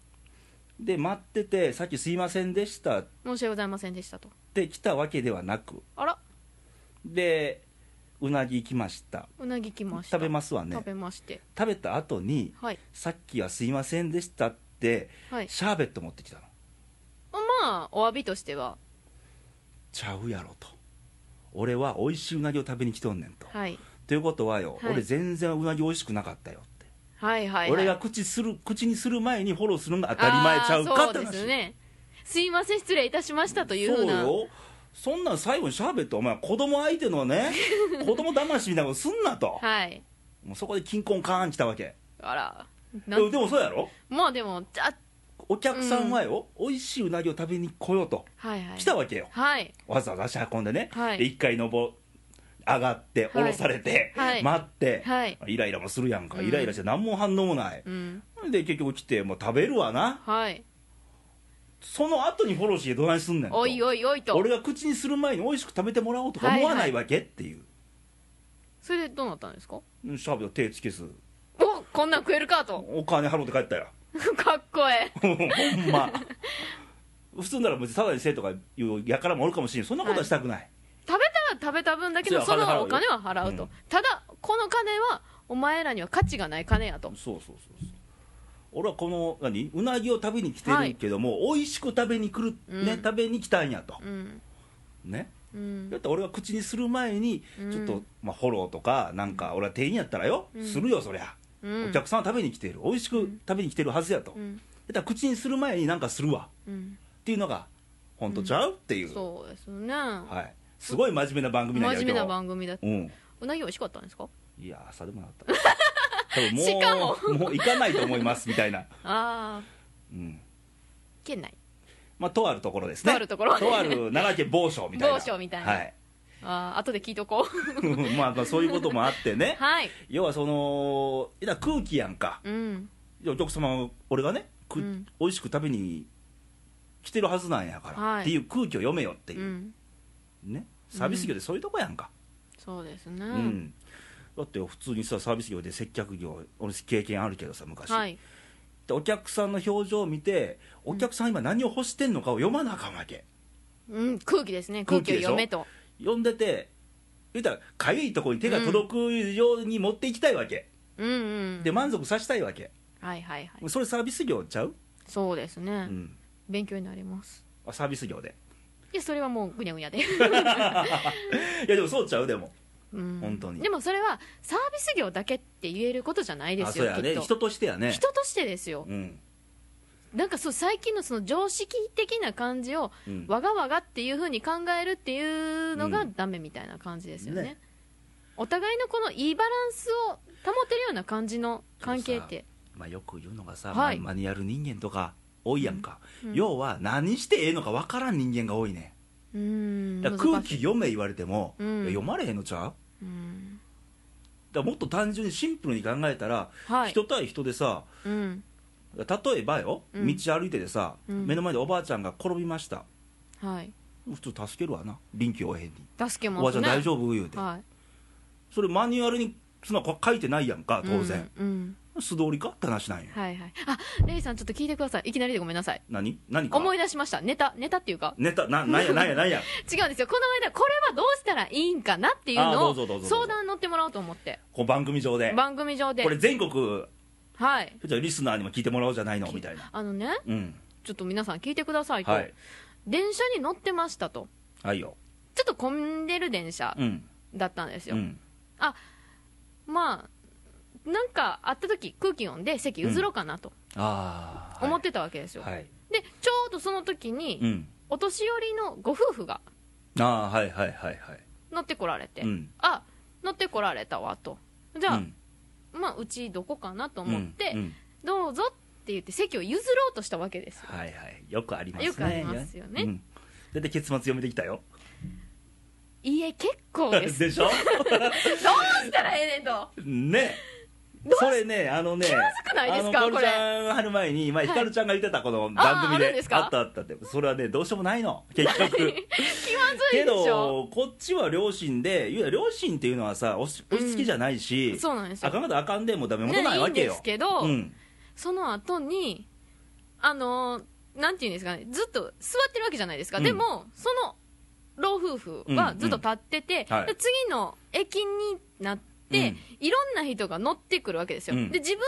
Speaker 1: で待っててさっきすいませんでしたっ
Speaker 2: 申し訳ございませんでしたと
Speaker 1: て来たわけではなく
Speaker 2: あら
Speaker 1: でうなぎ行きました
Speaker 2: うなぎきました
Speaker 1: 食べますわね
Speaker 2: 食べまして
Speaker 1: 食べた後に
Speaker 2: はい
Speaker 1: さっきはすいませんでしたって
Speaker 2: はい
Speaker 1: シャーベット持ってきたの
Speaker 2: まあお詫びとしては
Speaker 1: ちゃうやろと俺は美味しいうなぎを食べに来とんねんと
Speaker 2: はい
Speaker 1: ということはよ、
Speaker 2: はい
Speaker 1: 俺全然うなぎ美味しくなかったよって、
Speaker 2: はいはいはい
Speaker 1: 俺が口する口にする前にフォローするのが当たり前ちゃうか
Speaker 2: あ
Speaker 1: っ
Speaker 2: ー
Speaker 1: て
Speaker 2: そう
Speaker 1: 話
Speaker 2: ですねすいません失礼いたしましたというふうな
Speaker 1: そうよそんなん最後にシャーベットお前子供相手の
Speaker 2: [LAUGHS]
Speaker 1: ね子供騙しみたいなことすんなと、
Speaker 2: はい
Speaker 1: もうそこで金婚カーン来たわけ
Speaker 2: あらな
Speaker 1: でもでもそうやろ
Speaker 2: まあでもあ
Speaker 1: お客さんはよ、美味しいうなぎを食べに来ようと
Speaker 2: はいはい
Speaker 1: 来たわけよ
Speaker 2: はい
Speaker 1: わざわざ足運んでね、
Speaker 2: はい
Speaker 1: で一回登上がって
Speaker 2: は
Speaker 1: 降
Speaker 2: い
Speaker 1: ろされて、
Speaker 2: はい
Speaker 1: 待って、
Speaker 2: はい
Speaker 1: イライラもするやんか、
Speaker 2: うん
Speaker 1: イライラして何も反応もない、
Speaker 2: うん
Speaker 1: で結局来てもう食べるわな
Speaker 2: はい
Speaker 1: その後にフォローしてどないすんねんと
Speaker 2: おいおいおいと
Speaker 1: 俺が口にする前に美味しく食べてもらおうとか思わないわけっていう、
Speaker 2: それでどうなったんですか
Speaker 1: うんシャーベット手つけず
Speaker 2: おこんなん食えるかと [LAUGHS]
Speaker 1: お金払って帰ったよ [LAUGHS]
Speaker 2: かっこえ
Speaker 1: ほ
Speaker 2: え
Speaker 1: んま普通なら別にただにせえとかいうやからもおるかもしれんそんなことはしたくない、
Speaker 2: 食べたら食べた分だけの
Speaker 1: そ
Speaker 2: そう
Speaker 1: や
Speaker 2: の
Speaker 1: 払うよ
Speaker 2: お金は払うと、
Speaker 1: うん
Speaker 2: ただこの金はお前らには価値がない金やと
Speaker 1: そうそうそうそう俺はこの何うなぎを食べに来てるけども、美味しく食べに来る、ね
Speaker 2: うん
Speaker 1: 食べに来たんやと、
Speaker 2: うん
Speaker 1: ね
Speaker 2: うん
Speaker 1: だって俺が口にする前に
Speaker 2: うん
Speaker 1: ちょっと、まあ、フォローとかなんか俺は店員やったらよ、
Speaker 2: うん
Speaker 1: するよそりゃ、
Speaker 2: うん
Speaker 1: お客さんは食べに来ている美味しく食べに来てるはずやと、
Speaker 2: う
Speaker 1: だ
Speaker 2: ん
Speaker 1: から口にする前になんかするわ
Speaker 2: うん
Speaker 1: っていうのが本当ちゃう、っていう
Speaker 2: そうですね、
Speaker 1: はい、すごい真面目な番組なんや
Speaker 2: 真面
Speaker 1: け
Speaker 2: 目
Speaker 1: ど
Speaker 2: な番組だった
Speaker 1: うん
Speaker 2: うなぎ美味しかったんですか
Speaker 1: いや朝でもなかった多分もう
Speaker 2: [LAUGHS] しか
Speaker 1: もう行かないと思いますみたいな、
Speaker 2: ああ
Speaker 1: うん
Speaker 2: 県内
Speaker 1: まあ、とあるところですね
Speaker 2: とあるところ
Speaker 1: とある奈良県某所みたいな
Speaker 2: 某所みたいな
Speaker 1: はい [LAUGHS]
Speaker 2: ああ後で聞いとこう
Speaker 1: まあまあそういうこともあってね
Speaker 2: はい
Speaker 1: 要はそのいや空気やんか
Speaker 2: うん
Speaker 1: お客様を俺がね、く
Speaker 2: うん
Speaker 1: 美味しく食べに来てるはずなんやから、
Speaker 2: はい
Speaker 1: っていう空気を読めよっていうう、
Speaker 2: ん
Speaker 1: ねサービス業でそういうとこやんか、
Speaker 2: そうですね、
Speaker 1: うんだって普通にさサービス業で接客業俺経験あるけどさ昔、
Speaker 2: はい
Speaker 1: でお客さんの表情を見てお客さん今何を欲してんのかを読まなあかんわけ
Speaker 2: うん、空気ですね
Speaker 1: 空
Speaker 2: 空
Speaker 1: 気
Speaker 2: 気を
Speaker 1: でしょ
Speaker 2: 読めと
Speaker 1: 読んでて言うたらかゆいとこに手が届くように持っていきたいわけ、
Speaker 2: うんうん
Speaker 1: で満足させたいわけ
Speaker 2: はいはいはい
Speaker 1: それサービス業ちゃう、
Speaker 2: そうですね、
Speaker 1: うん、
Speaker 2: 勉強になります
Speaker 1: あサービス業で
Speaker 2: いやそれはもうぐにゃぐにゃで、
Speaker 1: いやでもそうちゃうでも
Speaker 2: うん、
Speaker 1: 本当に
Speaker 2: でもそれはサービス業だけって言えることじゃないで
Speaker 1: あ
Speaker 2: す
Speaker 1: そう
Speaker 2: よ
Speaker 1: やね
Speaker 2: きっと
Speaker 1: 人としてやね
Speaker 2: 人としてですよ
Speaker 1: うん
Speaker 2: なんかそう最近のその常識的な感じを
Speaker 1: うん
Speaker 2: わがわがっていうふうに考えるっていうの
Speaker 1: う
Speaker 2: が
Speaker 1: ん
Speaker 2: ダメみたいな感じですよね,、
Speaker 1: ね
Speaker 2: お互いのこのいいバランスを保てるような感じの関係って
Speaker 1: まあ、よく言うのがさ、
Speaker 2: はい
Speaker 1: まマニュアル人間とか多いやんか、
Speaker 2: うん
Speaker 1: 要は何してええのかわからん人間が多いね
Speaker 2: うーん
Speaker 1: だから空
Speaker 2: 難し
Speaker 1: 気
Speaker 2: い
Speaker 1: 読め言われても、
Speaker 2: うん
Speaker 1: いや読まれへんのちゃうだか
Speaker 2: うん
Speaker 1: らもっと単純にシンプルに考えたら、
Speaker 2: はい
Speaker 1: 人対人でさ
Speaker 2: うん
Speaker 1: 例えばよ道
Speaker 2: うん
Speaker 1: 歩いててさ、
Speaker 2: うん
Speaker 1: 目の前でおばあちゃんが転びました
Speaker 2: はい
Speaker 1: 普通助けるわな臨機応変に
Speaker 2: 助
Speaker 1: 「
Speaker 2: けますね
Speaker 1: おばあちゃん大丈夫?」言うて、
Speaker 2: はい
Speaker 1: それマニュアルにそんなこ書いてないやんか当然、
Speaker 2: うんうん
Speaker 1: 素通りかって話なんよ
Speaker 2: はいはいあレイさんちょっと聞いてくださいいきなりでごめんなさい
Speaker 1: 何何か
Speaker 2: 思い出しましたネタネタっていうか
Speaker 1: ネタななんや
Speaker 2: [LAUGHS]
Speaker 1: なんやなんや
Speaker 2: 違うんですよこの間これはどうしたらいいんかなっていう
Speaker 1: あど
Speaker 2: の
Speaker 1: うぞどうぞどう
Speaker 2: を
Speaker 1: ぞ
Speaker 2: 相談に乗ってもらおうと思って
Speaker 1: こう番組上で
Speaker 2: 番組上で
Speaker 1: これ全国
Speaker 2: はい
Speaker 1: じゃあリスナーにも聞いてもらおうじゃないのみたいな
Speaker 2: あのね
Speaker 1: うん
Speaker 2: ちょっと皆さん聞いてくださいと、
Speaker 1: はい
Speaker 2: 電車に乗ってましたと
Speaker 1: はいよ
Speaker 2: ちょっと混んでる電車
Speaker 1: うん
Speaker 2: だったんです
Speaker 1: う
Speaker 2: よ、
Speaker 1: ん
Speaker 2: まあなんかあった時空気読んで席譲ろうかなと
Speaker 1: ああ
Speaker 2: 思ってたわけですよ、
Speaker 1: はい
Speaker 2: でちょうどその時
Speaker 1: う
Speaker 2: に
Speaker 1: ん
Speaker 2: お年寄りのご夫婦が
Speaker 1: ああはいはいはいはい
Speaker 2: 乗ってこられて、
Speaker 1: うん
Speaker 2: あ乗ってこられたわとじゃあ、
Speaker 1: うん
Speaker 2: まあうちどこかなと思って、
Speaker 1: うん
Speaker 2: どうぞっって言って席を譲ろうとしたわけですよ、
Speaker 1: はいはいよくありますね
Speaker 2: よくありますよね
Speaker 1: うん、だって結末読めてきたよ
Speaker 2: い、いえ結構です
Speaker 1: [LAUGHS]
Speaker 2: ど
Speaker 1: でしょ
Speaker 2: うしたらええねんと
Speaker 1: ねそれねあのね
Speaker 2: 気まずくないですか
Speaker 1: あの
Speaker 2: こ
Speaker 1: カル
Speaker 2: れ
Speaker 1: ちゃん春前に、まあ、
Speaker 2: い
Speaker 1: ひかるちゃんが言ってたこの
Speaker 2: あー
Speaker 1: 番組
Speaker 2: あるん
Speaker 1: で
Speaker 2: です
Speaker 1: あ
Speaker 2: か
Speaker 1: ったあったってそれはねどうしようもない
Speaker 2: [LAUGHS]
Speaker 1: の結局
Speaker 2: 気まずい
Speaker 1: け
Speaker 2: でし
Speaker 1: ど
Speaker 2: ょ
Speaker 1: こっちは両親でいや両親っていうのはさ押し押し付けじゃないし、
Speaker 2: そうなんです
Speaker 1: あ
Speaker 2: よ
Speaker 1: かんかったらあかんでもうダメ元
Speaker 2: ね
Speaker 1: ない
Speaker 2: いい
Speaker 1: わ
Speaker 2: ん
Speaker 1: け
Speaker 2: で
Speaker 1: よ、
Speaker 2: すけど、
Speaker 1: うん
Speaker 2: その後にあのーなんていうんですかねずっと座ってるわけじゃないですか、
Speaker 1: うん
Speaker 2: でもその老夫婦はずっと立ってて、
Speaker 1: うんうんはい
Speaker 2: で次の駅になって、
Speaker 1: うん
Speaker 2: いろんな人が乗ってくるわけですよ、
Speaker 1: うん
Speaker 2: で自分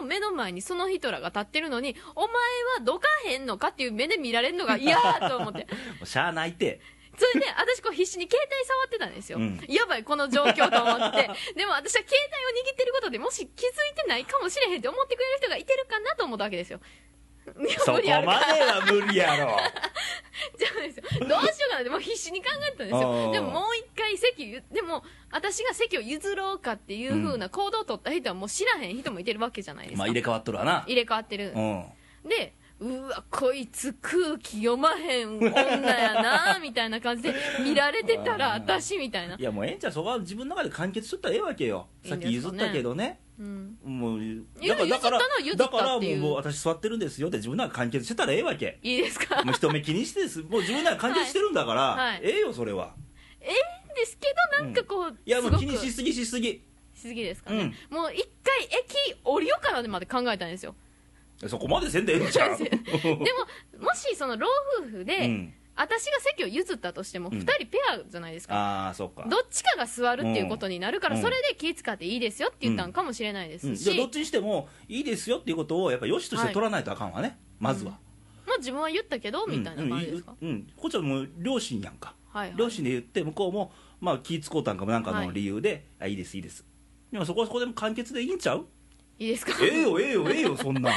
Speaker 2: の目の前にその人らが立ってるのにお前はどかへんのかっていう目で見られるのが嫌だと思って
Speaker 1: もうしゃあないって
Speaker 2: それで私こう必死に携帯触ってたんですよ、
Speaker 1: うん
Speaker 2: やばいこの状況と思
Speaker 1: [LAUGHS]
Speaker 2: ってでも私は携帯を握ってることでもし気づいてないかもしれへんって思ってくれる人がいてるかなと思ったわけですよいや
Speaker 1: そこま
Speaker 2: 無
Speaker 1: で
Speaker 2: 理あるか
Speaker 1: は無理やろ
Speaker 2: [LAUGHS] じゃないですよどうしようかなってもう必死に考えてたんです
Speaker 1: あー
Speaker 2: よでももう一回席ゆでも私が席を譲ろうかっていうふうな行動を取った人はもう知らへん人もいてるわけじゃないですか、
Speaker 1: まあ入れ替わっとるわな
Speaker 2: 入れ替わってる、
Speaker 1: うん
Speaker 2: でうわこいつ空気読まへん女やなみたいな感じで見られてたら
Speaker 1: あー、
Speaker 2: 私みたいない
Speaker 1: やもうええんちゃうそこは自分の中で完結しとったらええわけよさっき譲ったけどね
Speaker 2: うん、
Speaker 1: もう
Speaker 2: や譲ったのは譲っ
Speaker 1: だ
Speaker 2: たっていう
Speaker 1: からもうもう私座ってるんですよって自分の中で完結してたらええわ
Speaker 2: [LAUGHS]
Speaker 1: け
Speaker 2: いいですか
Speaker 1: もう人目気にしてですもう自分なら完結してるんだから、
Speaker 2: はいはい
Speaker 1: ええよそれは
Speaker 2: ですけどなんかこう、
Speaker 1: いやも
Speaker 2: す
Speaker 1: う
Speaker 2: ごく
Speaker 1: 気にし
Speaker 2: し
Speaker 1: すぎしすぎ
Speaker 2: すぎですかね、もう一回駅降りようかなまで考えたんですよ
Speaker 1: そこまでせんでええんち
Speaker 2: [LAUGHS]
Speaker 1: ゃう
Speaker 2: でももしその老夫婦で、
Speaker 1: うん
Speaker 2: 私が席を譲ったとしても
Speaker 1: うん
Speaker 2: 2人ペアじゃないですか、
Speaker 1: ああそっか
Speaker 2: どっちかが座るっていうことになるから、
Speaker 1: うん
Speaker 2: それで気使っていいですよって言ったんかもしれない
Speaker 1: う
Speaker 2: で
Speaker 1: ん
Speaker 2: すし、
Speaker 1: じゃあどっちにしてもいいですよっていうことをやっぱ良しとして取らないとあかんわね、まずは、
Speaker 2: まあ自分は言ったけどみたいな感じですか、
Speaker 1: うん、うんこっちはもう両親やんか、
Speaker 2: はいはい
Speaker 1: 両親で言って向こうも、まあ、気ぃ使うたんかもなんか
Speaker 2: は
Speaker 1: の
Speaker 2: い
Speaker 1: 理由で、あいいですいいですでもそこはそこでも完結でいいんちゃう
Speaker 2: いいですか
Speaker 1: ええよええよええよそ
Speaker 2: [LAUGHS]
Speaker 1: んなん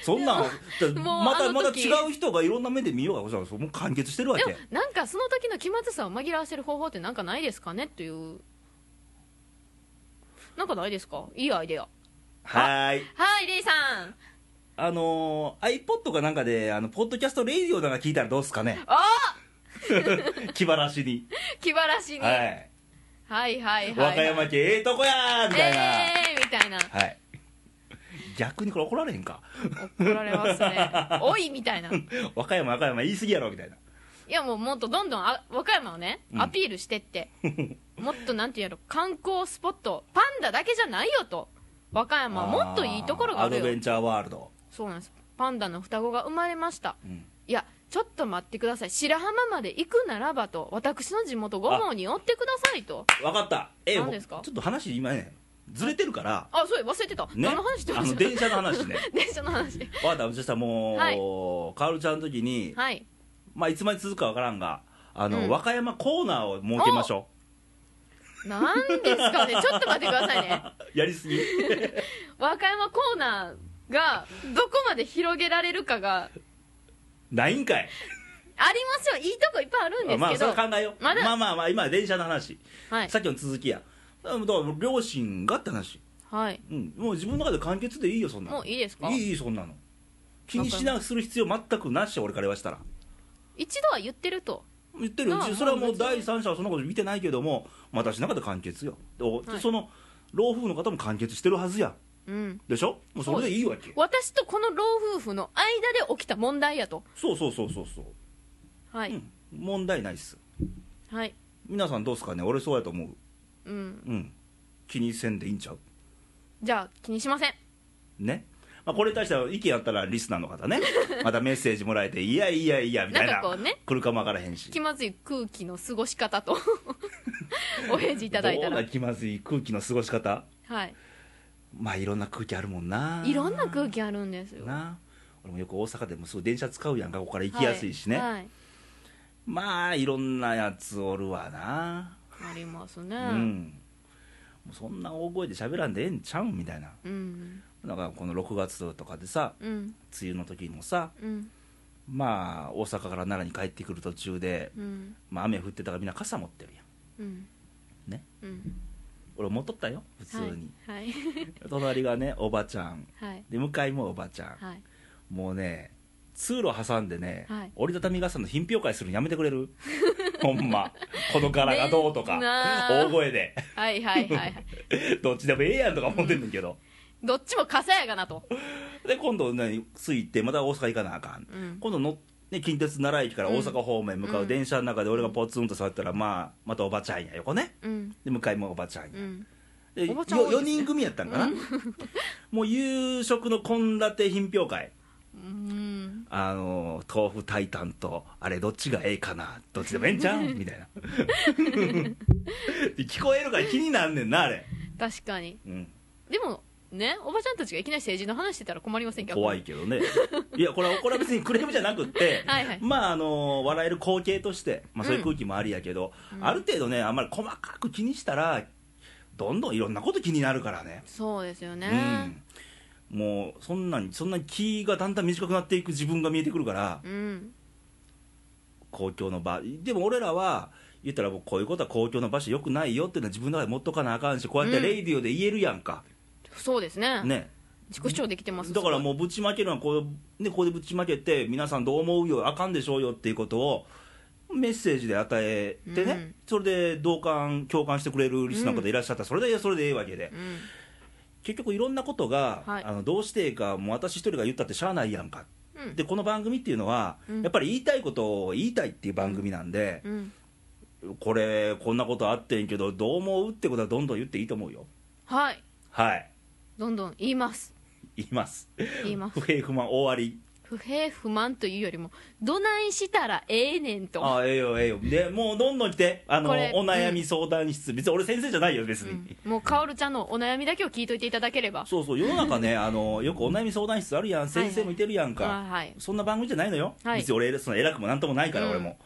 Speaker 1: そんなん
Speaker 2: もう
Speaker 1: ま
Speaker 2: あ
Speaker 1: た
Speaker 2: の
Speaker 1: また
Speaker 2: 時
Speaker 1: 違う人がいろんな目で見ようがほらもう完結してるわ
Speaker 2: でも
Speaker 1: け
Speaker 2: なんかその時の気まずさを紛らわせる方法ってなんかないですかねっていうなんかないですかいいアイデア
Speaker 1: はーい
Speaker 2: はいレイさん
Speaker 1: あのー、iPod かなんかであのポッドキャストレディオなんか聞いたらどうっすか
Speaker 2: [LAUGHS]
Speaker 1: ね
Speaker 2: あ
Speaker 1: 気晴らしに、
Speaker 2: 気晴らしに、
Speaker 1: は
Speaker 2: はい、
Speaker 1: い
Speaker 2: はいはい
Speaker 1: 和歌
Speaker 2: み
Speaker 1: 山県ええとこやーみたいな、
Speaker 2: えー、みたいな
Speaker 1: はい逆にこれ怒られへんか
Speaker 2: 怒られますね
Speaker 1: [LAUGHS]
Speaker 2: おいみたいない
Speaker 1: 和歌山和歌山言い過ぎやろみたいな
Speaker 2: やもうもっとどんどんあ和歌山をね
Speaker 1: うん
Speaker 2: アピールしてって、もっとなんていうやろ観光スポットパンダだけじゃないよと和歌山はもっといいところがあ
Speaker 1: アド
Speaker 2: る
Speaker 1: ベ
Speaker 2: よ
Speaker 1: ンチャーワールド、
Speaker 2: そうなんですパンダの双子が生まれました
Speaker 1: うん
Speaker 2: いやちょっと待ってください白浜まで行くならばと私の地元五毛に寄ってくださいと
Speaker 1: 分かったええ
Speaker 2: 何ですか
Speaker 1: ちょっと話今ねずれてるから
Speaker 2: あそうや忘れてた、
Speaker 1: ね
Speaker 2: 何の話してま
Speaker 1: あの
Speaker 2: した
Speaker 1: 電車の話
Speaker 2: [LAUGHS]
Speaker 1: ね
Speaker 2: 電車の話
Speaker 1: わかったそしたらもう、
Speaker 2: は
Speaker 1: カールちゃんの時に、
Speaker 2: はい
Speaker 1: まあ、いつまで続くか分からんがあの、
Speaker 2: うん
Speaker 1: 和歌山コーナーを設けましょ
Speaker 2: なんですかね [LAUGHS] ちょっと待ってくださいね
Speaker 1: う [LAUGHS] やりすぎ
Speaker 2: 和歌山コーナーがどこまで広げられるかが
Speaker 1: ないん
Speaker 2: [LAUGHS]
Speaker 1: かい
Speaker 2: ありますよいいとこいっぱいあるん
Speaker 1: ま
Speaker 2: で
Speaker 1: あ
Speaker 2: すけ
Speaker 1: それ
Speaker 2: ど、
Speaker 1: 考えよう
Speaker 2: まだ
Speaker 1: まあまあまあ今電車の話、
Speaker 2: はい
Speaker 1: さっきの続きやだから両親がって話、
Speaker 2: はい
Speaker 1: うん、もう自分の中で完結でいいよそんなの
Speaker 2: もういいですか
Speaker 1: いいいいそんなの気にしなする必要全くなし俺から言わしたら
Speaker 2: 一度は言ってると
Speaker 1: 言ってる
Speaker 2: ああ
Speaker 1: うちそれはも
Speaker 2: ま
Speaker 1: う
Speaker 2: あ別
Speaker 1: 第
Speaker 2: に
Speaker 1: 三者はそんなこと見てないけどもまあ私の中で完結よでお
Speaker 2: はい
Speaker 1: その老夫婦の方も完結してるはずや
Speaker 2: うん
Speaker 1: でしょもうそれでいいわけ
Speaker 2: 私とこの老夫婦の間で起きた問題やと
Speaker 1: そうそうそうそうそう、
Speaker 2: はい、
Speaker 1: うん、問題ないっす
Speaker 2: はい
Speaker 1: 皆さんどうっすかね俺そうやと思う
Speaker 2: うん
Speaker 1: うん気にせんでいいんちゃう
Speaker 2: じゃあ気にしません
Speaker 1: ね、まあ、これに対しては意見あったらリスナーの方
Speaker 2: [LAUGHS]
Speaker 1: ねまたメッセージもらえていやいやいやみたいな
Speaker 2: なんかこうね
Speaker 1: 来るかもわからへんし
Speaker 2: 気まずい空気の過ごし
Speaker 1: [LAUGHS]
Speaker 2: 方とお返事いただいた
Speaker 1: どん
Speaker 2: ら
Speaker 1: な気まずい空気の過ごし方
Speaker 2: はい
Speaker 1: まあいろんな空気あるもんないい
Speaker 2: ろんな空気あるんですよ
Speaker 1: な俺もよく大阪でもすぐ電車使うやんかここから行きやすいしね、
Speaker 2: はいはい
Speaker 1: まあいろんなやつおるわな
Speaker 2: ありますね
Speaker 1: うもうそんな大声で喋らんでええんちゃうんみたいな
Speaker 2: うん
Speaker 1: だからこの6月とかでさ
Speaker 2: うん
Speaker 1: 梅雨の時もさ
Speaker 2: うん
Speaker 1: まあ大阪から奈良に帰ってくる途中で、
Speaker 2: うん
Speaker 1: まあ、雨降ってたからみんな傘持ってるやん
Speaker 2: うん
Speaker 1: ね
Speaker 2: うん
Speaker 1: 俺思っとったよ普通に、
Speaker 2: はい
Speaker 1: 隣がねおばちゃん
Speaker 2: はい
Speaker 1: で向かいもおばちゃん、
Speaker 2: はい
Speaker 1: もうね通路挟んでね、
Speaker 2: はい
Speaker 1: 折りたたみ傘の品評会するのやめてくれる [LAUGHS] ほんまこの柄がどうとか、
Speaker 2: ねなあ
Speaker 1: 大声で [LAUGHS]
Speaker 2: はいはいはい
Speaker 1: どっちでもええやんとか思ってんねんけど、
Speaker 2: どっちも傘やがなと
Speaker 1: で今度ね着いてまた大阪行かなあかん、
Speaker 2: うん
Speaker 1: 今度の、ね、近鉄奈良駅から大阪方面向か
Speaker 2: う
Speaker 1: うん電車の中で俺がポツンと座ったら、まあ、またおばちゃんや横ね
Speaker 2: うん
Speaker 1: で向かいもおばちゃんや、
Speaker 2: うん
Speaker 1: で
Speaker 2: おばちゃん多いですね
Speaker 1: 4人組やったんかな、もう夕食の献立品評会
Speaker 2: うん
Speaker 1: あの豆腐炊いたんとあれどっちがええかなどっちでもええんちゃうみたいな [LAUGHS] で聞こえるから気になんねんなあれ、
Speaker 2: 確かに
Speaker 1: うん、
Speaker 2: でもねおばちゃんたちがいきなり政治の話してたら困りませんか
Speaker 1: 怖いけどねいやこれはこれは別にクレームじゃなくって
Speaker 2: はいはい
Speaker 1: まああの笑える光景として、まあ、そういう
Speaker 2: うん
Speaker 1: 空気もありやけど、
Speaker 2: うん
Speaker 1: ある程度ねあんまり細かく気にしたらどんどんいろんなこと気になるからね
Speaker 2: そうですよね、
Speaker 1: うん、もうそんなにそんなに気がだんだん短くなっていく自分が見えてくるから
Speaker 2: うん、
Speaker 1: 公共の場でも俺らは言ったらもうこういうことは公共の場所よくないよっていうのは自分の中で持っとかなあかんしこうやって
Speaker 2: うん
Speaker 1: レイディオで言えるやんか、
Speaker 2: そうですね
Speaker 1: ね
Speaker 2: 自己主張できてます
Speaker 1: だから
Speaker 2: う
Speaker 1: もうぶちまけるのはこう、ね、ここでぶちまけて皆さんどう思うよあかんでしょうよっていうことをメッセージで与えてね、
Speaker 2: うん
Speaker 1: それで同感共感してくれるリスナーの方いらっしゃったらそれでそれでええわけで、
Speaker 2: うん、
Speaker 1: 結局いろんなことが、
Speaker 2: はい
Speaker 1: あのどうしてええかもう私一人が言ったってしゃあないやんか、
Speaker 2: うん
Speaker 1: でこの番組っていうのは、
Speaker 2: うん
Speaker 1: やっぱり言いたいことを言いたいっていう番組なんで、
Speaker 2: うん、
Speaker 1: これこんなことあってんけどどう思うってことはどんどん言っていいと思うよ
Speaker 2: はい
Speaker 1: はい
Speaker 2: どんどん言います
Speaker 1: 言います
Speaker 2: 言います
Speaker 1: 不平不満終わり
Speaker 2: 不平不満というよりもどないしたらええねんと
Speaker 1: ああええよええよでもうどんどん来てあのお
Speaker 2: これ
Speaker 1: 悩み相談室、別に俺先生じゃないよ別に、
Speaker 2: うんもうカオルちゃんのお悩みだけを聞いといていただければ
Speaker 1: そうそう世の中ねあのよくお悩み相談室あるやん先生もいてるやんか、
Speaker 2: あはい
Speaker 1: そんな番組じゃないのよ、
Speaker 2: はい
Speaker 1: 別に俺その偉くもなんともないから、
Speaker 2: うん
Speaker 1: 俺も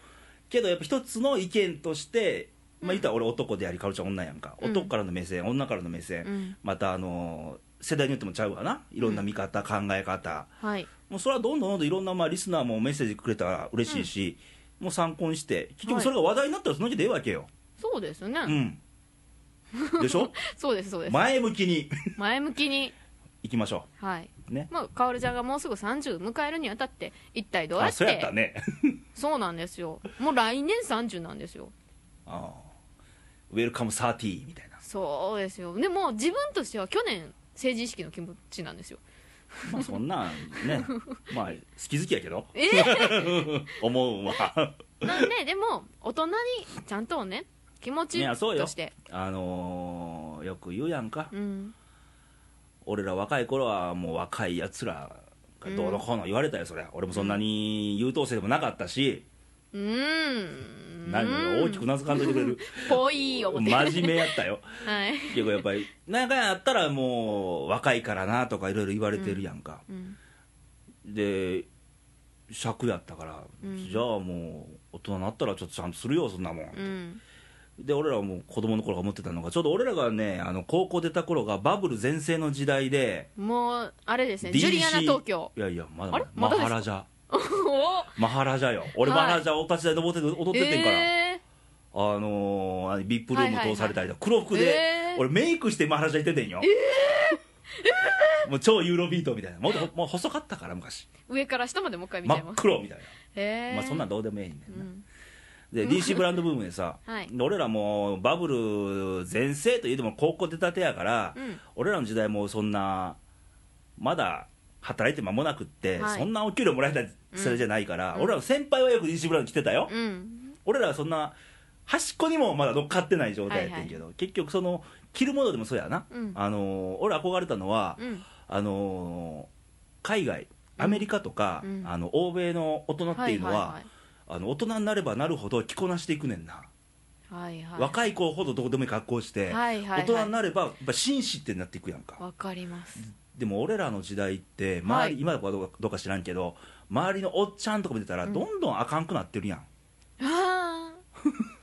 Speaker 1: けどやっぱ一つの意見としてまあ言ったら俺男でありカルちゃん女やんか、
Speaker 2: うん
Speaker 1: 男からの目線女からの目線、
Speaker 2: うん
Speaker 1: またあのー世代によってもちゃうわないろんな見方、考え方
Speaker 2: はい
Speaker 1: もうそれはどんどんどんどんいろんなまあリスナーもメッセージくれたら嬉しいし、もう参考にして結局それが話題になったらその時でええわけよ、
Speaker 2: そうですね、
Speaker 1: うんでしょ
Speaker 2: [LAUGHS] そうですそうです
Speaker 1: 前向きに
Speaker 2: 前向きに
Speaker 1: いきましょ
Speaker 2: はい、
Speaker 1: うね
Speaker 2: まあ、カオルちゃんがもうすぐ30迎えるにあたって一体どうや
Speaker 1: あ
Speaker 2: って
Speaker 1: そうやったね
Speaker 2: そうなんですよもう来年30なんですよ
Speaker 1: あウェルカムサーティーみたいな
Speaker 2: そうですよでも自分としては去年成人式の気持ちなんですよ
Speaker 1: まあそんなん
Speaker 2: [LAUGHS]
Speaker 1: ねまあ好き好きやけど
Speaker 2: え
Speaker 1: [LAUGHS] 思うわ
Speaker 2: な
Speaker 1: [LAUGHS]
Speaker 2: んででも大人にちゃんとね気持
Speaker 1: い
Speaker 2: ち
Speaker 1: やそうよ
Speaker 2: として
Speaker 1: あのーよく言うやんか
Speaker 2: うん
Speaker 1: 俺ら若い頃はもう若いやつらがどうのこうの言われたよそりゃ俺もそんなに優等生でもなかったし、
Speaker 2: うーん
Speaker 1: 何よ大きくなずかんといてくれる
Speaker 2: ぽい思って
Speaker 1: 真面目やったよ
Speaker 2: はい、
Speaker 1: 結構やっぱり何回あったらもう若いからなとかいろいろ言われてるやんか、
Speaker 2: うん、
Speaker 1: で尺やったから、
Speaker 2: うん
Speaker 1: じゃあもう大人になったらちょっとちゃんとするよそんなもん
Speaker 2: うん
Speaker 1: で俺らはもう子供の頃が思ってたのがちょうど俺らがねあの高校出た頃がバブル全盛の時代で
Speaker 2: もうあれですね
Speaker 1: DC
Speaker 2: ジュリアナ東京
Speaker 1: [LAUGHS] いやいやまだ
Speaker 2: あれ
Speaker 1: マ
Speaker 2: まだです
Speaker 1: ハ
Speaker 2: か
Speaker 1: ラジャ
Speaker 2: おお
Speaker 1: マハラジャよ俺
Speaker 2: はい
Speaker 1: マハラジャお立ち台登ってて踊っててんから、
Speaker 2: え
Speaker 1: あのー、あのビップルーム通されたりとか黒服で、
Speaker 2: えー
Speaker 1: 俺メイクしてマハラジャ行っててんよ、もう超ユーロビートみたいなもっともう細かったから昔
Speaker 2: ー上から下までもう一回見ち
Speaker 1: 真
Speaker 2: ゃい
Speaker 1: っ
Speaker 2: ます
Speaker 1: 黒みたいな、
Speaker 2: えー、
Speaker 1: まあそんなんどうでもええねんな、
Speaker 2: うん
Speaker 1: で DC ブランドブームでさ、
Speaker 2: はい
Speaker 1: 俺らもうバブル全盛といえども高校出たてやから、
Speaker 2: うん
Speaker 1: 俺らの時代もそんなまだ働いて間もなくって、
Speaker 2: はい
Speaker 1: そんなお給料もらえた世代じゃないから、俺らの先輩はよく DC ブランド来てたよ、
Speaker 2: うん
Speaker 1: 俺らはそんな端っこにもまだ乗っかってない状態やってんけど、結局その着るものでもそうやな、
Speaker 2: うん
Speaker 1: あのー俺憧れたのは、
Speaker 2: うん
Speaker 1: あのー海外アメリカとか、
Speaker 2: うん
Speaker 1: あの欧米の大人っていうのは,、
Speaker 2: はい
Speaker 1: あの大人になればなるほど着こなしていくねんな、
Speaker 2: はいはいはいはい
Speaker 1: 若い子ほどどうでもいい格好して、
Speaker 2: はいはいはい
Speaker 1: 大人になればやっぱ紳士ってなっていくやんか
Speaker 2: わかります
Speaker 1: でも俺らの時代って周り、
Speaker 2: はい
Speaker 1: 今の子はどうかどうか知らんけど周りのおっちゃんとか見てたら
Speaker 2: うん
Speaker 1: どんどんあかんくなってるやん、
Speaker 2: あ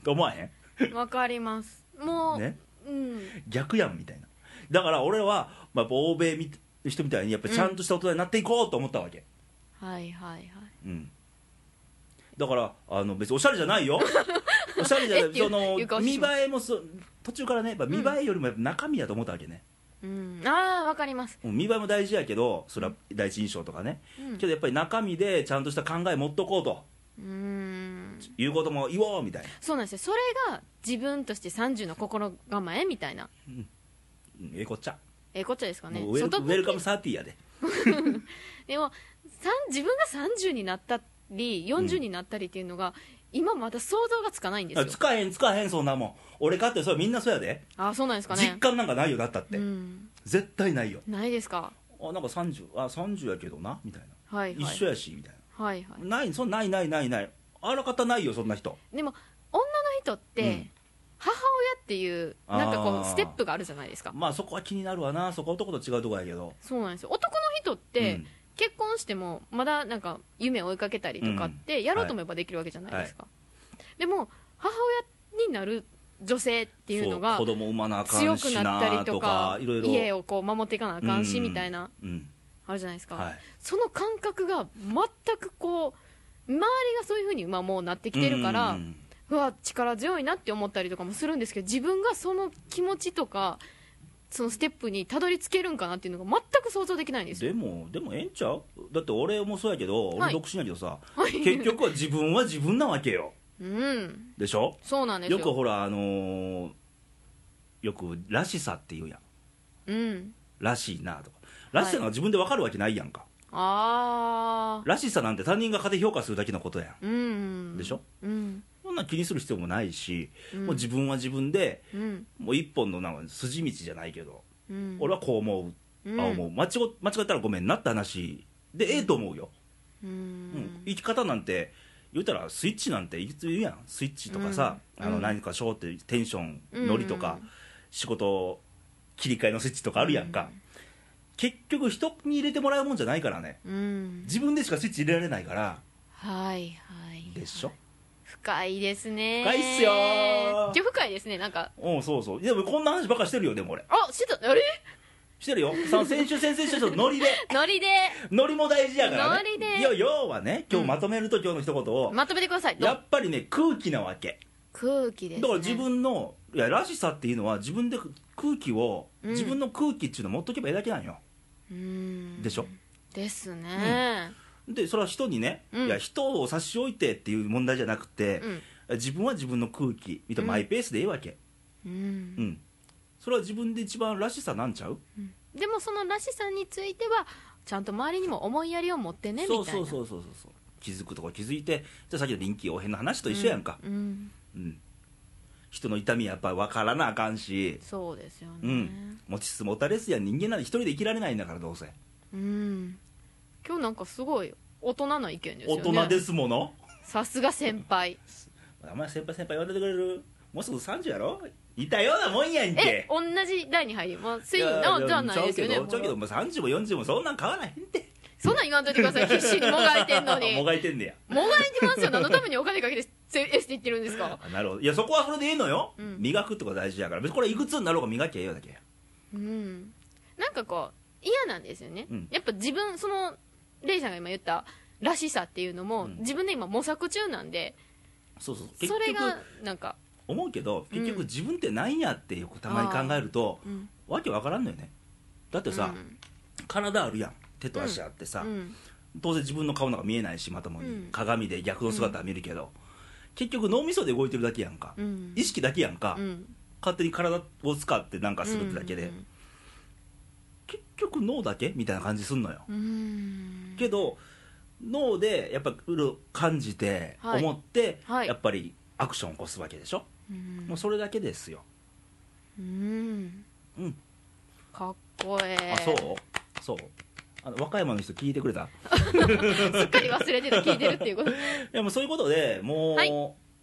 Speaker 1: と思わへん
Speaker 2: あわかりますもう、
Speaker 1: ね
Speaker 2: うん
Speaker 1: 逆やんみたいなだから俺は、まあ、やっぱ欧米み人みたいにやっぱちゃんとした大人になっていこうと思ったわけ、
Speaker 2: はいはいはい
Speaker 1: うん
Speaker 2: [LAUGHS]
Speaker 1: だからあの別におしゃれじゃないよおしゃれじゃない
Speaker 2: え
Speaker 1: その
Speaker 2: ゆゆかおし
Speaker 1: 見
Speaker 2: します
Speaker 1: 栄えもそう途中からねやっぱ見栄えよりもやっぱ中身やと思ったわけね、
Speaker 2: うん、ああわかります、
Speaker 1: うん見栄えも大事やけどそれは第一印象とかね、
Speaker 2: うん、
Speaker 1: けどやっぱり中身でちゃんとした考え持っとこうと
Speaker 2: うーん
Speaker 1: いうことも言おうみたいな
Speaker 2: そうなんですよそれが自分として30の心構えみたいな
Speaker 1: うんええこっちゃ、
Speaker 2: ええこっちゃですかね
Speaker 1: もうウェル
Speaker 2: 外
Speaker 1: ウ
Speaker 2: 向き
Speaker 1: ェルカムサーティーやで
Speaker 2: でもさん自分が30になったり40になったりっていうのが、今まだ想像がつかないんです
Speaker 1: あ
Speaker 2: よ
Speaker 1: つかへんつかへんそんなもん俺かってそれみんなそうやで
Speaker 2: ああそうなんですかね
Speaker 1: 実感なんかないよだったって、
Speaker 2: うん、
Speaker 1: 絶対ないよ
Speaker 2: ないですか
Speaker 1: あなんか30あ30やけどなみたいな、
Speaker 2: はいはい
Speaker 1: 一緒やしみたい
Speaker 2: はいはい
Speaker 1: なないそんないないないないあらかたないよそんな人
Speaker 2: でも女の人っ
Speaker 1: う
Speaker 2: て
Speaker 1: ん
Speaker 2: 母親っていうなんかこ
Speaker 1: あ
Speaker 2: う
Speaker 1: ー
Speaker 2: ステップがあるじゃないですか
Speaker 1: まあそこは気になるわなそこは男と違うとこやけど
Speaker 2: そうなんですよ男の人っ
Speaker 1: う
Speaker 2: て
Speaker 1: ん
Speaker 2: 結婚してもまだなんか夢を追いかけたりとかってやろうと思えばできるわけじゃないですか、でも母親になる女性っていうのが
Speaker 1: そう子供産まなあか
Speaker 2: 強
Speaker 1: ん
Speaker 2: く
Speaker 1: し
Speaker 2: なったり
Speaker 1: な
Speaker 2: と
Speaker 1: と
Speaker 2: か
Speaker 1: かいろいろ
Speaker 2: 家をこう守っていかなあかんし
Speaker 1: うん
Speaker 2: みたいな
Speaker 1: うん
Speaker 2: あるじゃないですか、
Speaker 1: はい
Speaker 2: その感覚が全くこう周りがそういうふうにまあもうなってきてるから、
Speaker 1: うん
Speaker 2: うわ力強いなって思ったりとかもするんですけど自分がその気持ちとかそのステップにたどり着けるんかなっていうのが全く想像できないんですよ
Speaker 1: でもでもええんちゃうだって俺もそうやけど
Speaker 2: は
Speaker 1: 俺
Speaker 2: い
Speaker 1: 独身やけどさ、
Speaker 2: はい
Speaker 1: 結局は自分は自分なわけよ
Speaker 2: うん
Speaker 1: でしょ
Speaker 2: そうなんです
Speaker 1: よ
Speaker 2: よ
Speaker 1: くほらあのーよく「らしさ」って言うやん
Speaker 2: うん
Speaker 1: 「らしいな」とか「らしさ」が自分で分かるわけないやんか、
Speaker 2: ああ
Speaker 1: らしさなんて他人が勝手に評価するだけのことやん
Speaker 2: うん
Speaker 1: でしょ
Speaker 2: うん
Speaker 1: そんなん気にする必要もないし、
Speaker 2: うん
Speaker 1: もう自分は自分で
Speaker 2: うん
Speaker 1: もう一本のなんか筋道じゃないけど、
Speaker 2: うん
Speaker 1: 俺はこう思う、ああ思う間違間違ったらごめんなって話でええと思うよ、
Speaker 2: うん、うん
Speaker 1: うん生き方なんて言うたらスイッチなんていつ言うやんスイッチとかさ、
Speaker 2: うん
Speaker 1: あの
Speaker 2: うん
Speaker 1: 何かしようってテンション
Speaker 2: うん
Speaker 1: ノリとか、仕事切り替えのスイッチとかあるやんか、結局人に入れてもらうもんじゃないからね
Speaker 2: うん
Speaker 1: 自分でしかスイッチ入れられないから
Speaker 2: はいはい
Speaker 1: でしょ
Speaker 2: 深いですね
Speaker 1: 深いっすよー
Speaker 2: 今日深いですねなんか
Speaker 1: うんそうそうでもこんな話ばっかしてるよでも俺
Speaker 2: あしてたあれ
Speaker 1: してるよさ先週先々週と
Speaker 2: [LAUGHS]
Speaker 1: ノリで
Speaker 2: ノリで
Speaker 1: ノリも大事やからね
Speaker 2: ノリで
Speaker 1: いや要はね今日まとめると今日の一言を、
Speaker 2: まとめてくださいどう
Speaker 1: やっぱりね空気なわけ
Speaker 2: 空気です、ね、
Speaker 1: だから自分のいやらしさっていうのは自分で空気を、
Speaker 2: うん
Speaker 1: 自分の空気っていうのを持っとけばええだけなんよ
Speaker 2: うん
Speaker 1: でしょ
Speaker 2: ですね、
Speaker 1: でそれは人にね、
Speaker 2: うん
Speaker 1: いや人を差し置いてっていう問題じゃなくて
Speaker 2: う、ん
Speaker 1: 自分は自分の空気みたいな
Speaker 2: うん
Speaker 1: マイペースでええわけう
Speaker 2: う
Speaker 1: ん
Speaker 2: ん、
Speaker 1: それは自分で一番らしさなんちゃう
Speaker 2: でもそのらしさについてはちゃんと周りにも思いやりを持ってねみたい
Speaker 1: そ
Speaker 2: な
Speaker 1: うそうそうそうそうそう気づくとこ気づいてじゃあさっきの臨機応変な話と一緒やんか、
Speaker 2: うん、うん
Speaker 1: うん人の痛みやっぱ分からなあかんし
Speaker 2: そうですよね
Speaker 1: うん持ちつ持たれすや人間なんで一人で生きられないんだからどうせ、
Speaker 2: うん今日なんかすごい大人な意見ですよ
Speaker 1: 大
Speaker 2: ね
Speaker 1: 人ですもの
Speaker 2: さすが先輩
Speaker 1: あんまり先輩先輩言われてくれるもうすぐ30やろいたようなもんやん
Speaker 2: え
Speaker 1: け
Speaker 2: 同じ台に入りますい
Speaker 1: いや
Speaker 2: なではないですよ
Speaker 1: ち
Speaker 2: ね
Speaker 1: ゃうけどちゃうけどもう30も40もそんなん変わらへんって
Speaker 2: そんなん言わんといてくだ
Speaker 1: [LAUGHS]
Speaker 2: さい必死にもがいてんのに
Speaker 1: もがいてんねや
Speaker 2: もがいてますよ何のためにお金かけてせエステ行ってるんですか
Speaker 1: あなるほどいやそこはそれでいいのよ、
Speaker 2: うん
Speaker 1: 磨くってことが大事やから別にこれいくつになろうが磨きゃええよだけや
Speaker 2: うんなんかこう嫌なんですよね、
Speaker 1: うん
Speaker 2: やっぱ自分そのレイさんが今言ったらしさっていうのも、
Speaker 1: うん
Speaker 2: 自分で今模索中なんで
Speaker 1: そうそう結
Speaker 2: そ
Speaker 1: 局
Speaker 2: れがなんか、
Speaker 1: 思うけど結
Speaker 2: う
Speaker 1: 局
Speaker 2: ん
Speaker 1: 自分ってなんやってよくたまに考えると、
Speaker 2: うん、
Speaker 1: わけわからんのよねだってさ、体あるやん手と足あってさ、
Speaker 2: うん
Speaker 1: 当然自分の顔なんか見えないしまともに、
Speaker 2: うん
Speaker 1: 鏡で逆の姿は見るけど、結局脳みそで動いてるだけやんか、
Speaker 2: うん
Speaker 1: 意識だけやんか、
Speaker 2: うん
Speaker 1: 勝手に体を使ってなんかするってだけで、
Speaker 2: うん
Speaker 1: 結局脳だけみたいな感じすんのよ、
Speaker 2: うん
Speaker 1: けど脳でやっぱうる感じて、
Speaker 2: はい
Speaker 1: 思って、
Speaker 2: はい
Speaker 1: やっぱりアクションを起こすわけでしょ、
Speaker 2: うん
Speaker 1: もうそれだけですよ、
Speaker 2: うん
Speaker 1: うん
Speaker 2: かっこええ
Speaker 1: あそうそうあの和歌山の人聞いてくれた
Speaker 2: すっかり忘れてた聞いてるっていうこと
Speaker 1: いやもうそういうことでもう、
Speaker 2: はい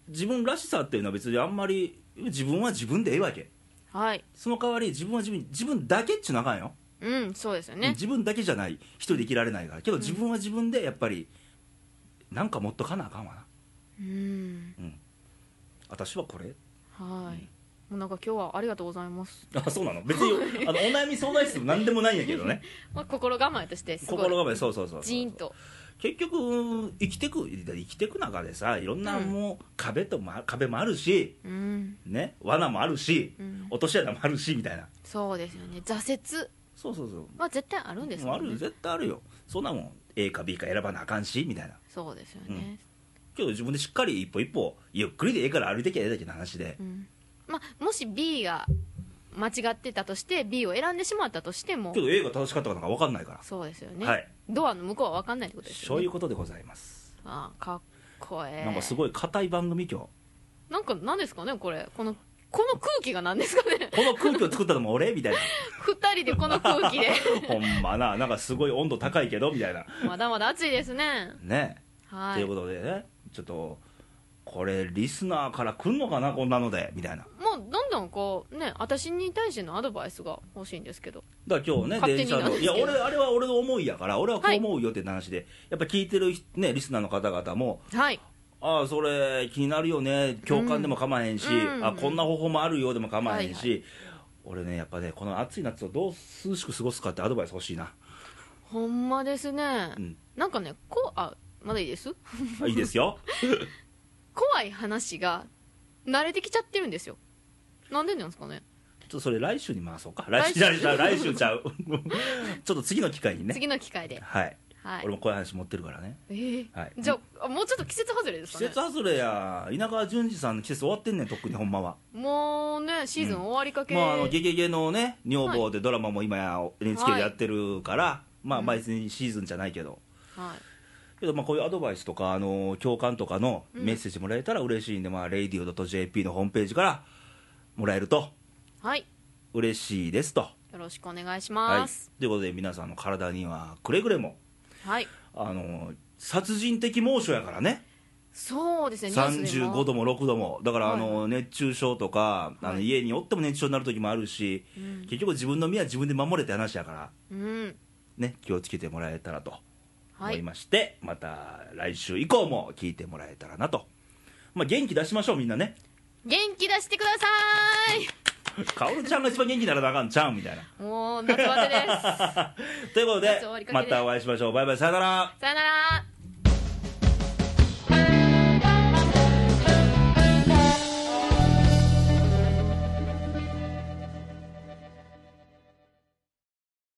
Speaker 1: 自分らしさっていうのは別にあんまり自分は自分でええわけ
Speaker 2: はい
Speaker 1: その代わり自分は自分自分だけっちゅうのはあかんよ、
Speaker 2: うんそうですよね
Speaker 1: 自分だけじゃない一人で生きられないからけど自分は自分でやっぱりなんか持っとかなあかんわな
Speaker 2: うん
Speaker 1: 私はこれ [LAUGHS]
Speaker 2: はいもうなんか今日はありがとうございます、
Speaker 1: あそうなの別にあのお悩み相談室も何でもないんやけどね
Speaker 2: [LAUGHS] まあ、心構えとしてすごい
Speaker 1: 心構えそうそうそうそう
Speaker 2: ジーンと
Speaker 1: い結局生きてく生きてく中でさいろんな
Speaker 2: うん
Speaker 1: もう壁ともあ壁もあるし
Speaker 2: うん、
Speaker 1: ね罠もあるし
Speaker 2: うん、
Speaker 1: 落とし穴もあるしみたいな
Speaker 2: そうですよね挫折
Speaker 1: そうそうそう
Speaker 2: は絶対あるんです
Speaker 1: もう
Speaker 2: も
Speaker 1: あ
Speaker 2: んね
Speaker 1: る絶対あるよそんなもん A か B か選ばなあかんしみたいな
Speaker 2: そうですよね、
Speaker 1: けど自分でしっかり一歩一歩ゆっくりでええから歩いてきゃええだけの話で
Speaker 2: うんまあ、もし B が間違ってたとして B を選んでしまったとしても
Speaker 1: けど A が正しかったかなんか分かんないから
Speaker 2: そうですよね、
Speaker 1: はい
Speaker 2: ドアの向こうは分かんないってことです
Speaker 1: そ
Speaker 2: よ
Speaker 1: うい
Speaker 2: ね
Speaker 1: うことでございます
Speaker 2: ああかっこええ
Speaker 1: なんかすごい硬い番組今日
Speaker 2: なんか何ですかねこれこのこの空気が何ですかね [LAUGHS]
Speaker 1: この空気を作ったのも俺みたいな
Speaker 2: 二人でこの空
Speaker 1: [LAUGHS]
Speaker 2: 気で
Speaker 1: ほんまななんかすごい温度高いけどみたいな
Speaker 2: まだまだ暑いですね
Speaker 1: ね
Speaker 2: は
Speaker 1: とい
Speaker 2: いうも
Speaker 1: ことでねちょっとこれリスナーから来んのかなこんなのでみたいな
Speaker 2: うどんどんこうね私に対してのアドバイスが欲しいんですけど
Speaker 1: だから今日ね
Speaker 2: 勝手
Speaker 1: 電
Speaker 2: に
Speaker 1: 車
Speaker 2: なん
Speaker 1: の
Speaker 2: です
Speaker 1: い
Speaker 2: け
Speaker 1: や
Speaker 2: ど
Speaker 1: 俺あれは俺の思いやから俺はこう思うよって話で、やっぱ聞いてる、ね、リスナーの方々も
Speaker 2: はい
Speaker 1: ああそれ気になるよね共感でも構わへんし、
Speaker 2: うん
Speaker 1: あこんな方法もあるよでも構わへんし、
Speaker 2: は
Speaker 1: 俺ねやっぱねこの暑い夏をどう涼しく過ごすかってアドバイス欲しいな、
Speaker 2: ほんまですね、
Speaker 1: うん、
Speaker 2: なんかねこうあまだいいです
Speaker 1: あいいですよ
Speaker 2: 怖い話が慣れてきちゃってるんですよなんでなんですかね
Speaker 1: ちょっとそれ来週に回そうか来週
Speaker 2: 来
Speaker 1: 来
Speaker 2: 週
Speaker 1: 週来週ちゃう [LAUGHS] ちょっと次の機会にね
Speaker 2: 次の機会で
Speaker 1: はい、
Speaker 2: はい
Speaker 1: 俺もこういう話持ってるからね
Speaker 2: えー
Speaker 1: はい
Speaker 2: じゃああもうちょっと季節外れです
Speaker 1: 季
Speaker 2: かね
Speaker 1: 節外れや稲川淳二さんの季節終わってんねんとっくにほんまは
Speaker 2: もうねシーズン終わりかけ、
Speaker 1: まあ、あのゲゲゲのね女房でドラマも今や NHK でやってるから、まあ
Speaker 2: うん
Speaker 1: まあ別にシーズンじゃないけど、
Speaker 2: はい
Speaker 1: けどまあこういうアドバイスとかあの共感とかの
Speaker 2: うん
Speaker 1: メッセージもらえたら嬉しいんで、まあ radio.jp のホームページからもらえると
Speaker 2: はい
Speaker 1: 嬉しいですと、
Speaker 2: よろしくお願いし
Speaker 1: はい
Speaker 2: ます、
Speaker 1: ということで皆さんの体にはくれぐれも
Speaker 2: はい、
Speaker 1: あの殺人的猛暑やからね
Speaker 2: そうですねニュースでも
Speaker 1: 35度も6度もだからあ
Speaker 2: はい
Speaker 1: の熱中症とか、あ
Speaker 2: は
Speaker 1: の
Speaker 2: い
Speaker 1: 家におっても熱中症になる時もあるし、
Speaker 2: うん
Speaker 1: 結局自分の身は自分で守れって話やから
Speaker 2: うん
Speaker 1: ね気をつけてもらえたらと
Speaker 2: は
Speaker 1: 思い
Speaker 2: い
Speaker 1: まして、また来週以降も聞いてもらえたらなと、まあ、元気出しましょうみんなね
Speaker 2: 元気出してくださ
Speaker 1: カオルちゃんが一番元気にならなあかんちゃうんみたいな
Speaker 2: ーいもう夏バテです
Speaker 1: ということ
Speaker 2: 夏
Speaker 1: で
Speaker 2: [LAUGHS] 終わりかけ
Speaker 1: ま
Speaker 2: で
Speaker 1: たお会いしましょうバイバイさよなら
Speaker 2: さよなら